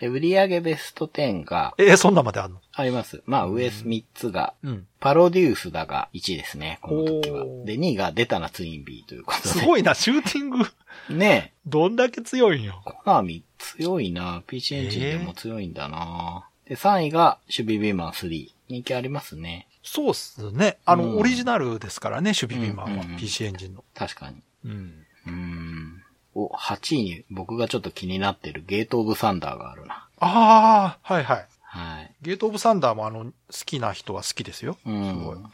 C: で、売上ベスト10が
B: えー、そんなまであんの
C: あります。まあ、上3つが、
B: うん。
C: パロデュースだが1位ですね、この時は
B: おー。
C: で、2位がデタナツインビーということで。
B: すごいな、シューティング、
C: ねえ、
B: どんだけ強いんよ。
C: コナミ強いな PC エンジンでも強いんだな、で、3位が守備ビーマン3。人気ありますね。
B: そうっすね。あの、
C: うん
B: オリジナルですからね、守備ビーマンは、
C: うんうんうん
B: PC エンジンの。
C: 確かに。
B: うん。
C: うーん。お、8位に僕がちょっと気になってるゲートオブサンダーがあるな。
B: ああ、はいはい。
C: はい。
B: ゲートオブサンダーもあの、好きな人は好きですよ。
C: う
B: すごい
C: ん。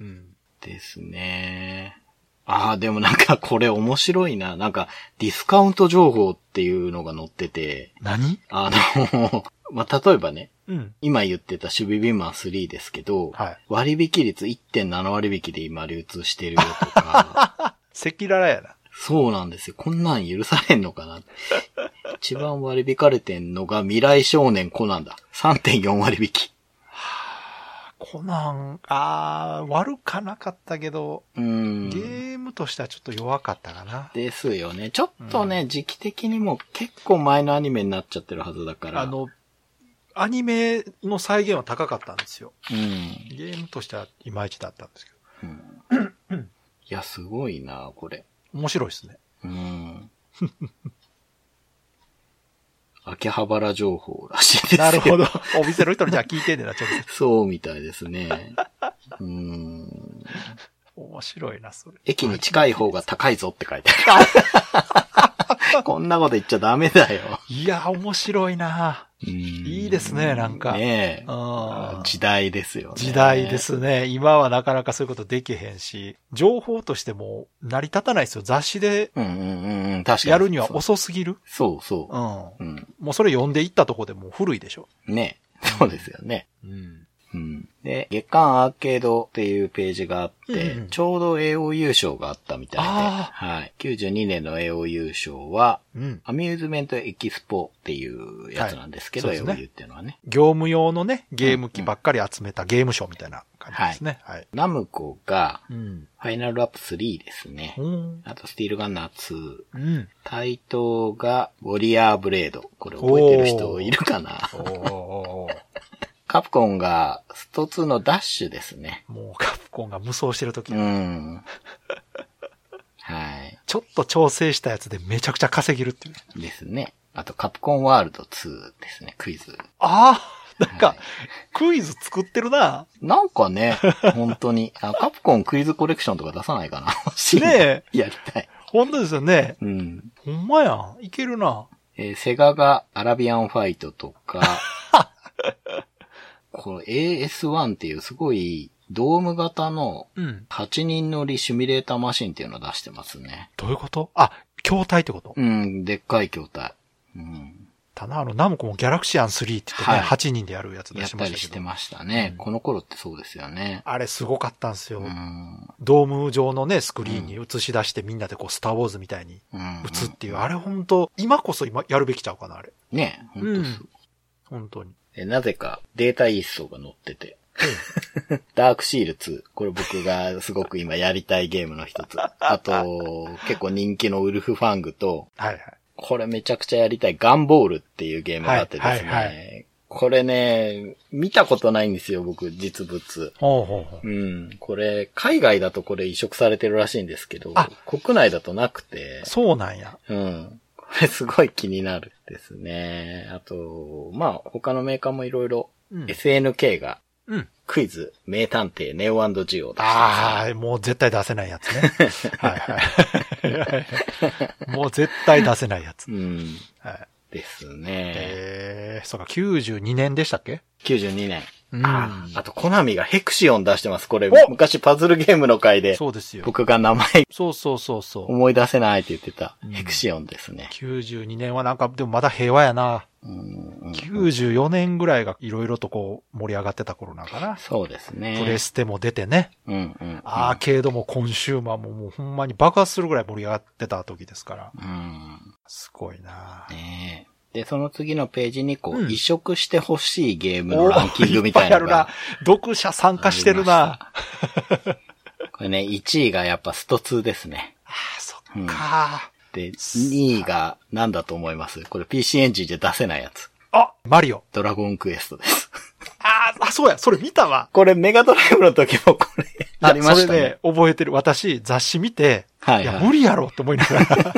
B: うん。
C: ですね。ああ、でもなんか <laughs> これ面白いな。なんかディスカウント情報っていうのが載ってて、
B: 何
C: あの、 <laughs> まあ、例えばね、
B: うん。
C: 今言ってた守備ビーマン3ですけど、
B: はい。
C: 割引率1.7割引で今流通してるよとか、
B: 赤裸々やな。
C: そうなんですよ。こんなん許されんのかな。一番割り引かれてんのが未来少年コナンだ。3.4割引き。
B: コナン、ああ、悪かなかったけど、
C: う
B: ゲ
C: ん。
B: ームとしてはちょっと弱かったかな。
C: ですよね。ちょっとね、時期的にも結構前のアニメになっちゃってるはずだから。
B: あの、アニメの再現は高かったんですよ。
C: うん、
B: ゲームとしてはいまいちだったんですけ
C: うん。いや、すごいな、これ。
B: ど。面白いですね。
C: うん。秋葉原情報らしいですよ。
B: なるほど。 <laughs> お店の人にじゃあ聞いてんねんな、ちょっ
C: そうみたいですね。うーん。
B: と。面白いな、それ。
C: 駅に近い方が高いぞって書いてある。 <laughs> こんなこと言っちゃダメだよ。
B: いや、面白いな。い
C: い
B: いですねなんか
C: ねえ
B: うん。
C: 時代ですよね。
B: 時代で。すね。今はなかなかそういうことできへんし、情報としても成り立たないですよ。雑誌で
C: うんうんうんうん。確かに。
B: やるには
C: そう
B: 遅すぎる。
C: そうそう
B: うん。も
C: う。ん。
B: うそれ読んでいったとこでもう古いでしょ。
C: ねえそうですよね。
B: うん。
C: うん。で、月刊アーケードっていうページがあって、
B: うんうん
C: ちょうど AOU 賞があったみたいで、
B: あ
C: はい。92年の AOU 賞は、
B: うん。
C: アミューズメントエキスポっていうやつなんですけど、
B: はいそうですね
C: AOU っていうのはね。
B: 業務用のね、ゲーム機ばっかり集めたゲームショーみたいな感じですね。はい。
C: ナムコが、
B: うん。
C: ファイナルアップ3ですね。
B: うん。
C: あと、スティールガンナー2。
B: うん。
C: 対等が、ウォリアーブレード。これ覚えてる人いるかな
B: おーおーおー
C: カプコンが、スト2のダッシュですね。
B: もうカプコンが無双してる時、
C: うん。はい。
B: ちょっと調整したやつでめちゃくちゃ稼げるっていう。
C: ですね。あと、カプコンワールド2ですね、クイズ。
B: ああなん
C: は
B: か
C: い、
B: クイズ作ってる <laughs> な。
C: なんかね、本当に。あカプコンクイズコレクションとか出さないかな。欲しいな
B: ね
C: <laughs> やりたい。
B: 本当ですよね。
C: うん。
B: ほんまやん。いけるな。
C: えーセガがアラビアンファイトとか、
B: <laughs>
C: これ AS1 っていうすごいドーム型の
B: うん。
C: 8人乗りシミュレーターマシンっていうのを出してますね。
B: どういうことあ、筐体ってこと
C: うん、でっかい筐体。うん。
B: たな、あの、ナムコもギャラクシアン3って言ってね、
C: はい
B: 8人でやるやつ出
C: やっ
B: しま
C: た
B: し
C: り
B: たけ
C: し
B: ど。
C: てましたね。
B: うん
C: この頃ってそうですよね。
B: あれすごかったんですよ。
C: うん。
B: ドーム上のね、スクリーンに映し出してみんなでこう、スターウォーズみたいに
C: うん。
B: 映っていう。あれほんと、今こそ今やるべきちゃうかな、あれ。
C: ね、本当そう。
B: 本当に。
C: えなぜかデータイーストが載ってて。 <laughs> ダークシール2。これ僕がすごく今やりたいゲームの一つ。あと、結構人気のウルフファングと、
B: はいはい。
C: これめちゃくちゃやりたいガンボールっていうゲームがあってですね。
B: はいはいは
C: これね、見たことないんですよ、僕、実物。
B: ほうほうほう。
C: うん。これ、海外だとこれ移植されてるらしいんですけど
B: あ、
C: 国内だとなくて。
B: そうなんや。
C: うん。これすごい気になるですね。あと、まあ、他のメーカーもいろいろ、
B: うん。
C: SNK が
B: うん。
C: クイズ、名探偵、ネオジオを出してます
B: ああ、もう絶対出せないやつね。
C: <laughs>
B: はいはい。もう絶対出せないやつ。
C: うん。
B: はい、
C: ですね。
B: えー、そうか、92年でしたっけ
C: 92年。
B: うん
C: ああと、コナミがヘクシオン出してます。これ
B: お、
C: 昔パズルゲームの回で、
B: そうですよ。
C: 僕が名前
B: そうそうそうそう。
C: 思い出せないって言ってた
B: うん、
C: ヘクシオンですね。
B: 92年はなんか、でもまだ平和やな。
C: うん
B: 94年ぐらいがいろいろとこう盛り上がってた頃なんかな。
C: そうですね。
B: プレステも出てね。
C: うんうん。
B: アーケードもコンシューマーももうほんまに爆発するぐらい盛り上がってた時ですから。
C: うん。
B: すごいな
C: ねえで、その次のページに、こ
B: うん
C: う、移植してほしいゲームのランキングみたい
B: おーっぱあ
C: な
B: る
C: の
B: な
C: が。。
B: 読者参加してるな。
C: これね、1位がやっぱスト2ですね。
B: あーそっか、
C: で、2位が何だと思いますこれ PC エンジンで出せないやつ。
B: あ、マリオ。
C: ドラゴンクエストです。 <laughs>
B: あーあ、そうや、それ見たわ。
C: これメガドライブの時もこ
B: <laughs>
C: れ
B: いや
C: ありまし
B: そ
C: た
B: れ
C: ね。
B: で覚えてる。私、雑誌見て、
C: はいい
B: や、
C: はい
B: 無理やろって思いなが
C: <laughs>
B: ら。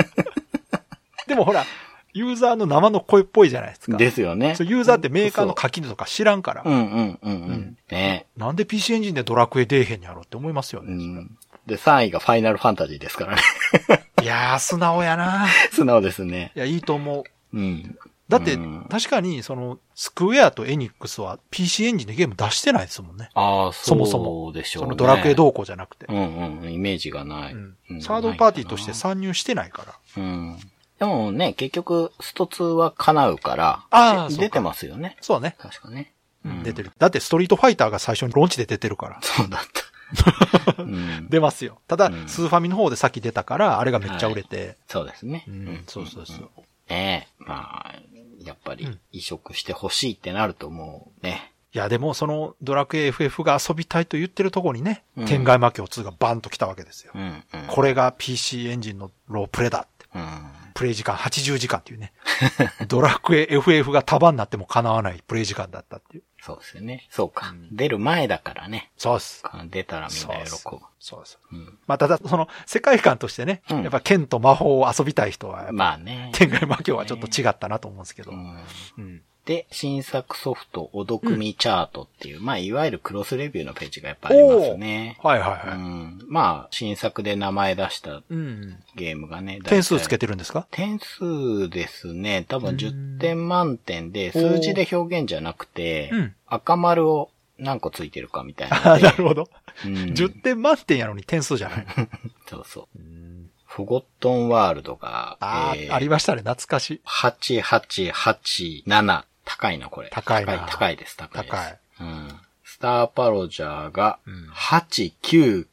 B: でもほら、ユーザーの生の声っぽいじゃないですか。
C: ですよね
B: そ。うユーザーってメーカーの垣根とか知らんから、
C: うんうんうんうん。ね
B: なんで PC エンジンでドラクエ出えへんやろって思いますよ
C: う
B: ね。
C: ん。で、3位がファイナルファンタジーですからね。 <laughs>
B: いやー、素直やな
C: 素直ですね。
B: いや、いいと思う。
C: うん。
B: だって
C: うん、
B: 確かに、その、スクエアとエニックスは PC エンジンでゲーム出してないですもんね。
C: ああ、
B: そもそ
C: もでしょう
B: そ
C: ね。
B: のドラクエ動向じゃなくて
C: う。んうん、イメージがない。
B: う
C: うんん
B: サードパーティーとして参入してないから。
C: うん。でもね、結局、スト2は叶うから、
B: ああそうか
C: 出てますよね。
B: そうね。
C: 確かね。
B: 出てる。だってストリートファイターが最初にローンチで出てるから。
C: そう
B: <laughs>
C: だった。うん、
B: 出ますよ。ただ、
C: うん
B: スーファミの方でさっき出たから、あれがめっちゃ売れて。
C: そうですね。
B: うん、そうそうそう。
C: ねえ、まあ、やっぱり移植してほしいってなるともうね。
B: いや、でも、その、ドラクエ FF が遊びたいと言ってるとこにね、
C: うん
B: 天外魔境2がバンと来たわけですよ
C: う。ん、うん。
B: これが PC エンジンのロープレだって。
C: うん。
B: プレイ時間80時間っていう
C: <laughs>
B: ね。ドラクエ FF が束になっても叶わないプレイ時間だったっていう。
C: そうですよね。そうか。出る前だからね。
B: そうっす。
C: 出たらみん
B: そう
C: な
B: っす
C: 喜ぶ。。
B: そうっす。
C: うん、
B: まあ、ただ、その、世界観としてね、
C: うん
B: やっぱ剣と魔法を遊びたい人は、
C: まあね。
B: 天外魔境はちょっと違ったなと思うんですけど。
C: うん
B: うん。
C: で、新作ソフト、おどくみチャートっていう、まあ、いわゆるクロスレビューのページがやっぱありますね。
B: はいはいうは
C: ん。まあ、新作で名前出した
B: い。うん。
C: ゲームがね、
B: 点数つけ
C: て。
B: てるんですか
C: 点数ですね、多
B: うん
C: 分10点満点で、数字で表現じゃなくて
B: うん、
C: 赤丸を何個ついてるかみたいな
B: あ
C: の
B: あ、
C: で。
B: <laughs> なるほど。
C: うん
B: 10点満点やのに点数じゃない。
C: そうそう。フォゴットンワールドが、
B: ああ、
C: え
B: あり
C: ー、
B: ましたね。懐かしい。
C: 8887。高いな、これ。
B: 高いな
C: 高い、高いです、高いです。
B: 高い
C: うん。スターパロジャーが
B: うん、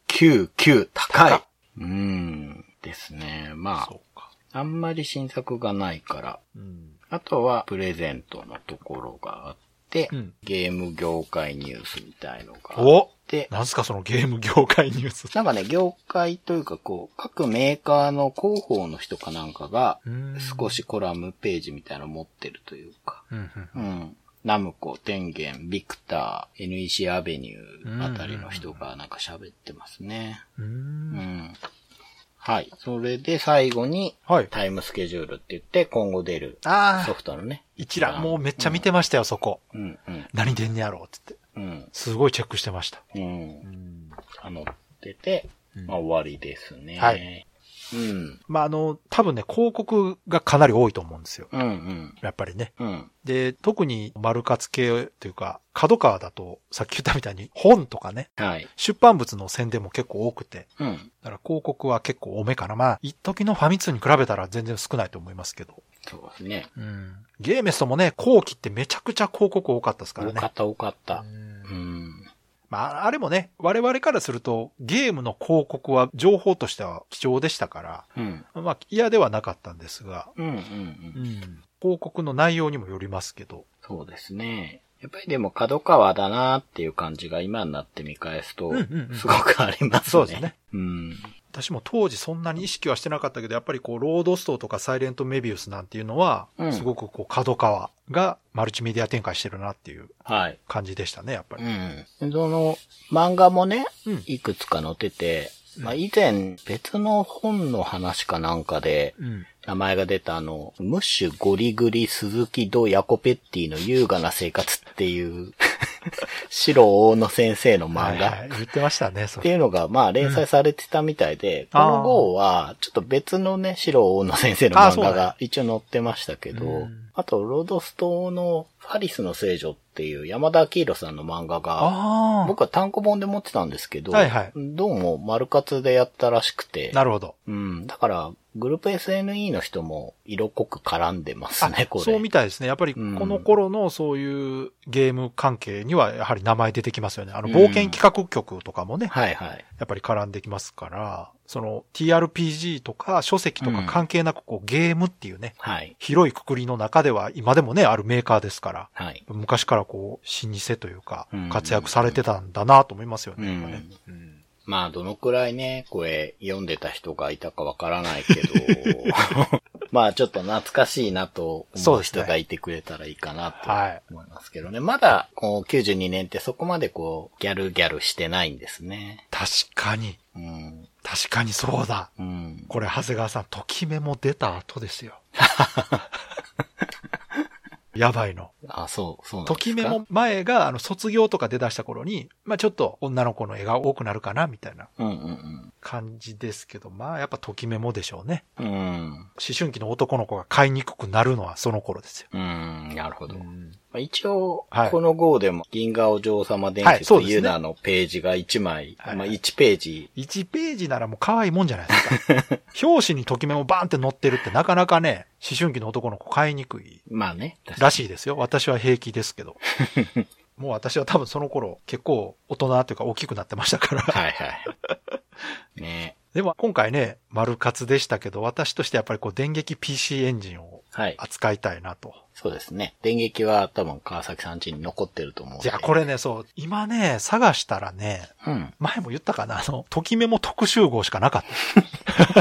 C: 8999高
B: 高
C: い
B: い。
C: うん。ですね。まあ
B: そ、うか。
C: あんまり新作がないから。
B: うん。
C: あとは、プレゼントのところがあって、
B: うん
C: ゲーム業界ニュースみたいのがあっ
B: お
C: て、
B: なんすかそのゲーム業界ニュース。
C: なんかね、業界というかこう、各メーカーの広報の人かなんかが、少
B: し。
C: しコラムページみたいなの持ってるというか、
B: うんうん
C: うん。ナムコ、天元、ビクター、NEC アベニューあたりの人がなんか喋ってますね。
B: う。
C: うんん。はい。それで最後に、
B: はい。
C: タイムスケジュールって言って、今後出る
B: あ
C: ソ
B: あ、
C: フトのね。
B: 一覧、もうめっちゃ見てましたよ、そこ。
C: うん、うん、
B: 何出んねやろうって言って。
C: うん、
B: すごいチェックしてました。
C: うん。あの、出て、
B: うん
C: まあ終わりですね。
B: はい。
C: うん、
B: まあ、あの、多分ね、広告がかなり多いと思うんですよ。
C: うん、うん、
B: やっぱりね。
C: うん、
B: で、特に丸活系というか、角川だと、さっき言ったみたいに本とかね、
C: はい。
B: 出版物の宣伝も結構多くて、
C: うん、
B: だから広告は結構多めかな。まあ、一時のファミ通に比べたら全然少ないと思いますけど。
C: そうですね。
B: うん。ゲーメストもね、後期ってめちゃくちゃ広告多かったですから
C: 多
B: ね。
C: かった、多かった
B: う。ん
C: うん、
B: まあ、あれもね、我々からすると、ゲームの広告は情報としては貴重でしたか
C: うん、
B: ら、まあ、嫌ではなかったんですが、
C: うん、うん、うん。
B: うん。広告の内容にもよりますけど。
C: そうですね。やっぱりでも、角川だなっていう感じが今になって見返すと
B: うんうんう、ん
C: すごくありますね。
B: そうですね。
C: うん。
B: 私も当時そんなに意識はしてなかったけど、やっぱりこう、ロードストとかサイレントメビウスなんていうのは
C: う、ん
B: すごくこう、角川がマルチメディア展開してるなっていう
C: はい。
B: 感じでしたね、やっぱり。
C: うん。その、漫画もね、
B: うん
C: いくつか載ってて、
B: うん
C: まあ以前、別の本の話かなんかで、
B: うん。
C: 名前が出たあの、ムッシュゴリグリ鈴木ドヤコペッティの優雅な生活っていう、 <laughs> 白大野先生の漫
B: はいは
C: 画
B: い言ってましたね、そ
C: っ
B: う
C: ていうのが、まあ連載されてたみたいで、この号は、ちょっと別のね、白大野先生の
B: あー
C: 漫
B: そうな
C: 画
B: んや
C: が一応載ってましたけ
B: う
C: ど
B: ん、
C: あと、ロードストのファリスの聖女っていう山田明宏さんの漫画が、
B: ああ。
C: 僕は単行本で持ってたんですけど、
B: はいはい
C: どうも丸活でやったらしくて、
B: なるほど。
C: うん、だから、グループ SNE の人も色濃く絡んでますね、これ。
B: そうみたいですね。やっぱりこ
C: うん
B: の頃のそういうゲーム関係にはやはり名前出てきますよね。あの
C: うん
B: 冒険企画局とかもね、
C: はいはい。
B: やっぱり絡んできますから、その TRPG とか書籍とか関係なくこうゲームっていうね、
C: はい。
B: 広いくくりの中では今でもね、あるメーカーですから、
C: はい。
B: 昔からこう老舗というか
C: うん
B: 活躍されてたんだなと思いますよね。
C: うん
B: やっぱねうん
C: まあ、どのくらいね、これ、読んでた人がいたかわからないけど、
B: <laughs>
C: まあ、ちょっと懐かしいなと
B: そ
C: 思
B: う
C: う
B: ですね
C: 人がいてくれたらいいかな
B: はい
C: と思いますけどね。まだ、こう、92年ってそこまでこう、ギャルギャルしてないんですね。
B: 確かに、
C: うん。
B: 確かにそうだ。
C: うん。
B: これ長谷川さん、ときめも出た後です <laughs> よ。やばいの。
C: あ、そう、そうなんです
B: と
C: か。
B: きめも前が、あの、卒業とか出だした頃に、まあちょっと女の子の絵が多くなるかな、みたいな
C: うんうん
B: 感じですけど、まあやっぱときめもでしょうね。
C: うん。うん。
B: 思春期の男の子が買いにくくなるのはその頃ですよ。
C: うん、なるほど。ま
B: ん、
C: あ、一応、
B: はい
C: この号でも、銀河お嬢様伝
B: はい
C: 説
B: そうですね
C: ユーナのページが1枚、
B: はい
C: まあ1ページ、
B: 1ページならもう可愛いもんじゃないですか。表紙にときめもバーンって載ってるってなかなかね、思春期の男の子買いにくい
C: まあね、確から
B: しいですよ。私は平気ですけど。もう私は多分その頃結構大人というか大きくなってましたから。
C: はいはい。ね
B: でも今回ね、丸活でしたけど、私としてやっぱりこう電撃 PC エンジンを
C: はい。
B: 扱いたいなと。
C: そうですね。電撃は多分川崎さん家に残ってると思うん
B: い
C: で。
B: や、これね、そう、今ね、探したらね、
C: うん。
B: 前も言ったかな、あの、ときめも特集号しかなか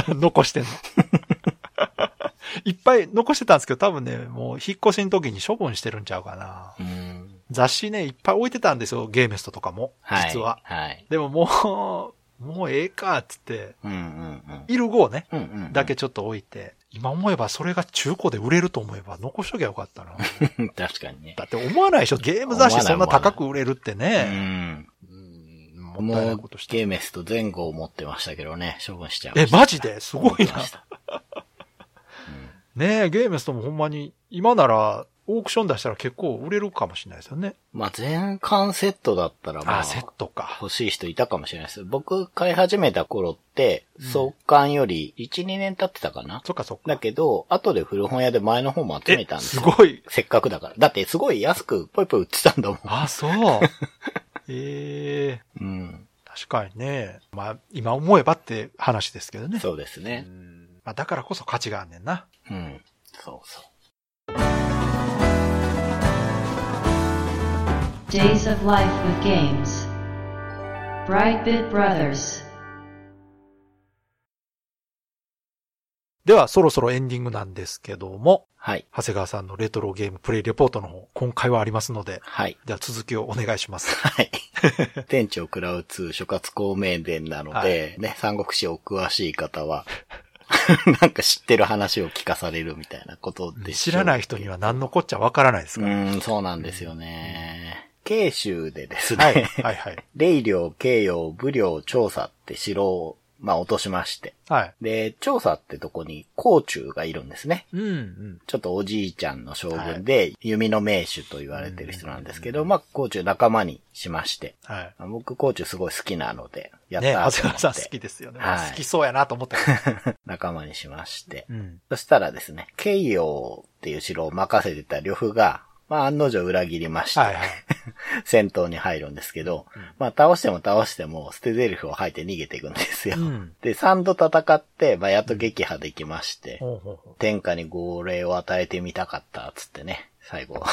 B: った。 <laughs> 残してんの。いっぱい残してたんですけど、多分ね、もう引っ越しの時に処分してるんちゃうかな。
C: うん。
B: 雑誌ね、いっぱい置いてたんですよ、ゲーメストとかも。
C: はい。
B: 実は。
C: はい。
B: でももう、もうええか、つって、
C: うんうん
B: いる号ね、
C: うん。うんうん。
B: だけ。ちょっと置いて、今思えばそれが中古で売れると思えば残しときゃよかったな。
C: <laughs> 確かにね。
B: だって思わないでしょ、ゲーム雑誌そんな高く売れるって
C: う
B: ね。
C: ん。
B: もったい
C: も
B: ないうことし、た
C: ゲーメスと前後を持ってましたけどね、処分しちゃいま
B: え、
C: した。
B: マジですごい
C: 持って
B: な
C: ま
B: <laughs>
C: し。た
B: ねえ、ゲーメストもほんまに、今なら、オークション出したら結構売れるかもしれないですよね。
C: まあ、全巻セットだったら、
B: あ
C: まあ、
B: セットか。
C: 欲しい人いたかもしれないです。僕、買い始めた頃って、
B: ん
C: 創刊より1、2年経ってたかな。
B: そっかそっ
C: だ
B: か。
C: けど、後で古本屋で前の方も集め
B: え
C: たん、です
B: す
C: よ。
B: ごい。
C: <laughs> せっかくだから。だってすごい安くポイポイ売ってたんだもん。
B: あ、そう。ええ
C: うん。
B: 確かにね。まあ、今思えばって話ですけどね。
C: そうですね。
B: まあ、だからこそ価値があんねんな。
C: うん。そうそう。
A: Days of Life with Games. Brightbit Brothers.
B: では、そろそろエンディングなんですけども、
C: はい。
B: 長谷川さんのレトロゲームプレイレポートの方、今回はありますので、
C: はい。
B: では続きをお願いします。 <laughs>
C: はい。店長クラウツ諸葛孔明伝なので、ね、三国志お詳しい方は、 <laughs> なんか知ってる話を聞かされるみたいなことで
B: 知らない人に
C: は。
B: は何のこっちゃわからないです
C: う
B: から。
C: ん、そうなんですよね。慶州でですね、
B: はい、はい、はい。
C: <laughs> 霊領、慶陽、武領、調査って城を、まあ落としまして。
B: はい。
C: で、調査ってとこに、甲冑がいるんですね。
B: うん、うん。
C: ちょっとおじいちゃんの将軍で、弓の名手と言われてる人なんですけど、まあ、甲冑仲間にしまして。
B: はい。
C: まあ僕、甲冑すごい好きなので、やっ
B: ね、
C: た
B: 長
C: ーと
B: 谷
C: 思
B: 川さん好
C: っ
B: き
C: て、
B: ですよね。
C: はい
B: 好きそうやなと思ったけ
C: 仲間にしまして。
B: ど。うん。
C: そしたらですね、慶陽っていう城を任せてた呂布が、まあ、案の定裏切りまして、
B: はい、はい。
C: 戦闘に入るんですけど、まあ、倒しても倒しても、捨て台詞を吐いて逃げていくんですよ。
B: うん
C: で、3度戦って、まあ、やっと撃破できまして、
B: ほうほうほう
C: 天下に号令を与えてみたかった、つってね、最後。は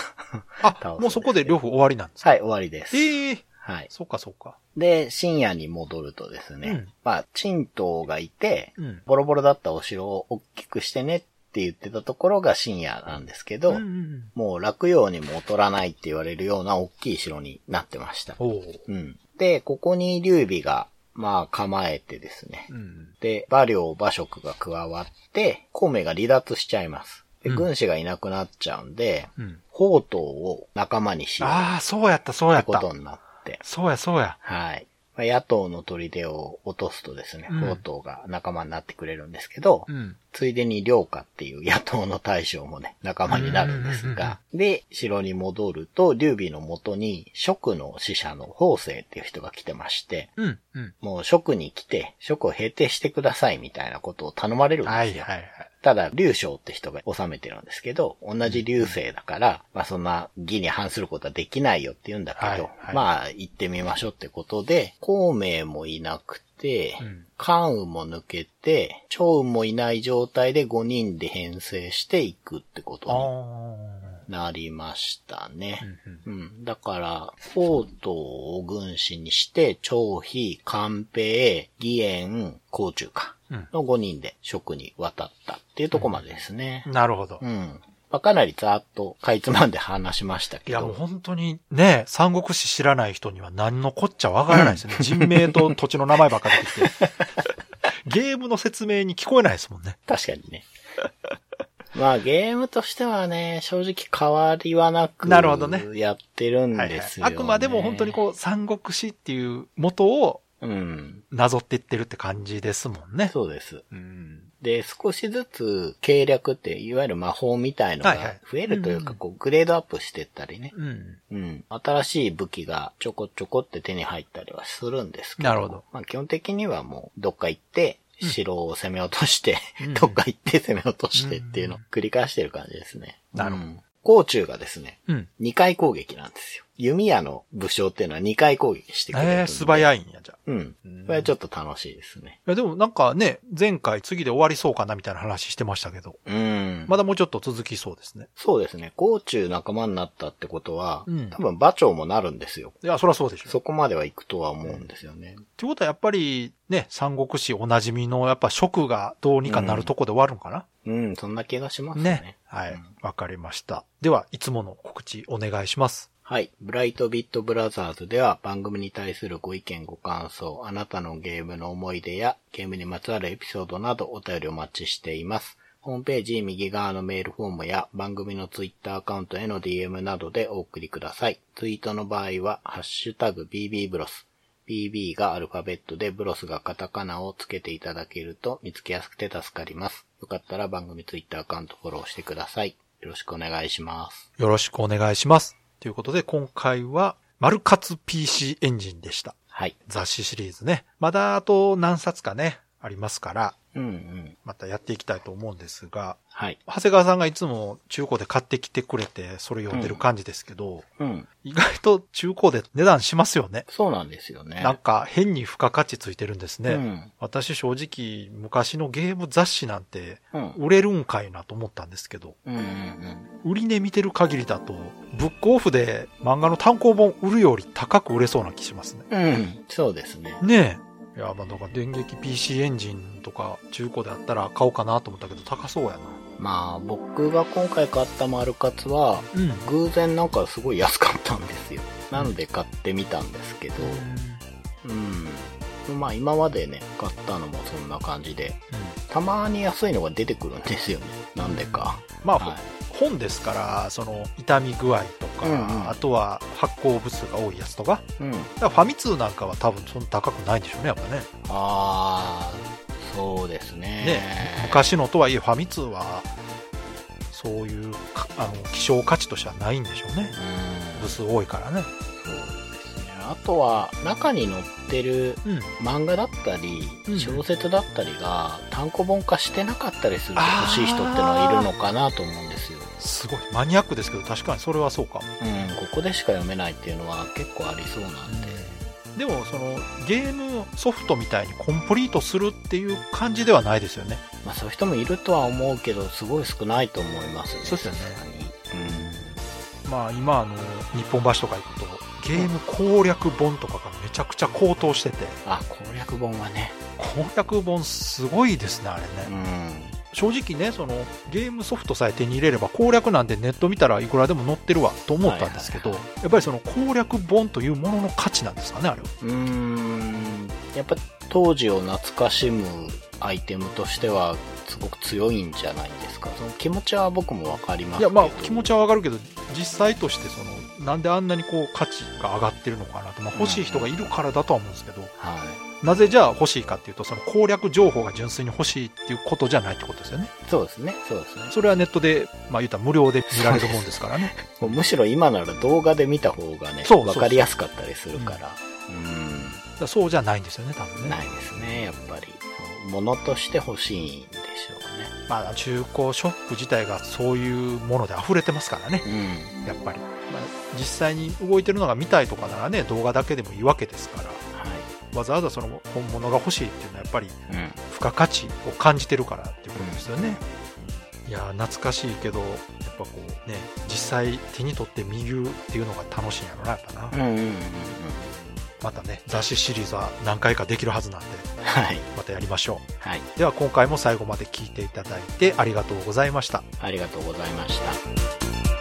C: <laughs> す
B: あ、もうそこで両方終わりなんですか
C: い、終わりです。
B: ええ
C: はい。
B: そうかそうか。
C: で、深夜に戻るとですね、
B: うん
C: まあ、陳東がいて、
B: うん
C: ボロボロだったお城を大きくしてねって言ってたところが深夜なんですけど、
B: うんうんうん。
C: もう落葉にも劣らないって言われるような大きい城になってました。
B: おう。
C: うん。で、ここに劉備が、まあ、構えてですね。
B: うん。
C: で、馬領馬職が加わって、孔明が離脱しちゃいます。で、
B: うん
C: 軍師がいなくなっちゃうんで、
B: うん。
C: 宝刀を仲間にしようっ
B: ああ、そうやった、そうや
C: て
B: っ
C: こ
B: た。
C: とになって、
B: そうや、そうや。
C: はい。まあ野党の砦を落とすとですね、
B: うん
C: 宝刀が仲間になってくれるんですけど、
B: うん。
C: ついでに良家っていう野党の大将もね、仲間になるんですが、で、城に戻ると、劉備の元に、職の使者の法政っていう人が来てまして、
B: うん。うん。
C: もう職に来て、職を平定してくださいみたいなことを頼まれるんですよ。
B: はい、はい、はい。
C: ただ、劉将って人が治めてるんですけど、同じ劉姓だから、まあそんな義に反することはできないよって言うんだけど、
B: はいはい
C: まあ行ってみましょうってことで、孔明もいなくて
B: うん、
C: 関羽も抜けて、趙雲もいない状態で5人で編成していくってこ
B: ああ。
C: とになりましたね。
B: うんうん
C: うん。だから、宝刀を軍師にして、張飛、関平、義援、甲冑か。
B: うん
C: の5人で職に渡ったっていうとこまでですね。
B: なるほど
C: う。ん。まあ、かなりざーっとかいつまんで話しました
B: い
C: け
B: や、もう
C: ど。
B: 本当にね、三国志知らない人には何のこっちゃわからないですよ
C: <laughs>
B: ね。人名と土地の名前ばっか出てきて。ゲームの説明に聞こえないですもんね。
C: 確かにね。 <laughs> まあゲームとしてはね、正直変わりはなく、
B: なるほどね
C: やってるん
B: はいはい
C: ですよ、
B: あ
C: ね
B: くまでも本当にこう、三国志っていう元を
C: う。うん。
B: なぞっていってるって感じですもんね。
C: そうです。
B: うん。
C: で、少しずつ、計略って、いわゆる魔法みたいの
B: はいは
C: が
B: い
C: 増えるというか、
B: うん
C: こう、グレードアップしてったりね。
B: うん。
C: うん。新しい武器がちょこちょこって手に入ったりはするんですけど。
B: なるほど。
C: まあ、基本的にはもう、どっか行って、城を攻め落として、
B: うん
C: どっか行って攻め落としてっていうのを繰り返してる感じですね。
B: なるほど
C: うん。甲冑がですね、
B: うん。
C: 2回攻撃なんですよ。弓矢の武将っていうのは2回攻撃してくれるんで。
B: ええ素早いんや、じゃあ。
C: うん。これはちょっと楽しいですね。
B: いや、でもなんかね、前回次で終わりそうかなみたいな話してましたけど、
C: うん。
B: まだもうちょっと続きそうですね。
C: そうですね。甲冑仲間になったってことは、
B: うん
C: 多分馬長もなるんですよ。
B: いや、そりゃそうでしょ。
C: そこまでは行くとは思うんですよね。
B: ってことはやっぱりね、三国志おなじみのやっぱ食がどうにかなるとこで終わるんかな、
C: うん、そんな気がしますね。
B: ねはい
C: うん。
B: わ、かりました。では、いつもの告知お願いします。
C: はい。ブライトビットブラザーズでは番組に対するご意見ご感想、あなたのゲームの思い出やゲームにまつわるエピソードなどお便りお待ちしています。ホームページ右側のメールフォームや番組のツイッターアカウントへの DM などでお送りください。ツイートの場合は、ハッシュタグ BB ブロス。BB がアルファベットでブロスがカタカナをつけていただけると見つけやすくて助かります。よかったら番組ツイッターアカウントフォローしてください。よろしくお願いします。
B: よろしくお願いします。ということで、今回は、マルカツ PC エンジンでした。
C: はい。
B: 雑誌シリーズね。まだあと何冊かね、ありますから、
C: うんうん。
B: またやっていきたいと思うんですが、
C: はい。
B: 長谷川さんがいつも中古で買ってきてくれて、それ読んでる感じですけど、
C: うん。
B: 意外と中古で値段しますよね。
C: そうなんですよね。
B: なんか変に付加価値ついてるんですね。
C: うん。
B: 私正直昔のゲーム雑誌なんて
C: うん。
B: 売れるんかいなと思ったんですけど、
C: うんうんうん。
B: 売り値見てる限りだと、ブックオフで漫画の単行本売るより高く売れそうな気しますね。
C: うん。そうですね。
B: ねえ。いや、まあ、だから電撃 PC エンジンとか中古であったら買おうかなと思ったけど高そうやな。
C: まあ、僕が今回買ったマルカツは、
B: うん。
C: 偶然なんかすごい安かったんですよ。なので買ってみたんですけど、うん。まあ今までね、買ったのもそんな感じで、たまに安いのが出てくるんですよね。なんでか。
B: まあ、
C: は
B: 本ですから、その、痛み具合とか、
C: うんうん
B: あとは発行部数が多いやつとか、
C: い。うん。
B: だからファミ通なんかは多分そんな高くないんでしょうね、やっぱね。
C: あー、そうです
B: ね
C: ね。
B: 昔のとはいえ、ファミ通は、そういうか、あの、希少価値としてはないんでしょうね
C: う。ん。
B: 部数多いからね。
C: そうですね。あとは、中に載ってる
B: うん。
C: 漫画だったり
B: うん、
C: 小説だったりが、単行本化してなかったりすると欲しい人ってのはいるのかなと思うんですよ。
B: すごい。マニアックですけど、確かにそれはそうかも。
C: うん、ここでしか読めないっていうのは結構ありそうなんで。
B: でもそのゲームソフトみたいにコンプリートするっていう感じではないですよね
C: まあそういう人もいるとは思うけど、すごい少ないと思いますね。
B: そうですよね
C: さすがに。
B: まあ今あの日本橋とか行くとゲーム攻略本とかがめちゃくちゃ高騰してて
C: うん。あ、攻略本はね。
B: 攻略本すごいですねあれね、
C: うん。
B: 正直ねそのゲームソフトさえ手に入れれば攻略なんてネット見たらいくらでも載ってるわと思ったんですけど、
C: はいは
B: やっぱりその攻略本というものの価値なんですかねあれは
C: うーんやっぱ当時を懐かしむアイテムとしてはすごく強いんじゃないですかその気持ちは僕もわかりま
B: い
C: すけ
B: や
C: ど
B: まあ気持ちはわかるけど実際としてそのなんであんなにこう価値が上がってるのかなと、まあ、欲しい人がいるからだとは思うんですけど、
C: は
B: なぜじゃあ欲しいかっていうとその攻略情報が純粋に欲しいっていうことじゃないってことですよね
C: いそうですねそうですね
B: それはネットでまあ言うたら無料で見られるもんですからね
C: もうむしろ今なら動画で見た方がね
B: そうそう
C: わかりやすかったりするからうん
B: だからそうじゃないんですよね多分ね、
C: ないですねやっぱり物として欲しいんでし
B: まあ、中古ショップ自体がそういうもので溢れてますからね
C: ょうね
B: やっぱり、まあ、実際に動いてるのが見たいとかならね動画だけでもいいわけですから
C: うんは
B: わざわざその本物が欲しいっていうのはやっぱり
C: いうん
B: 付加価値を感じてるからっていうことですよね、いやー懐かしいけどやっぱこうね実際手に取って見るっていうのが楽しいんやろなやっぱな、
C: うんうんうんうん
B: またね雑誌シリーズは何回かできるはずなんで
C: はい
B: またやりましょ
C: はいう
B: では今回も最後まで聞いていただいてありがとうございました
C: ありがとうございました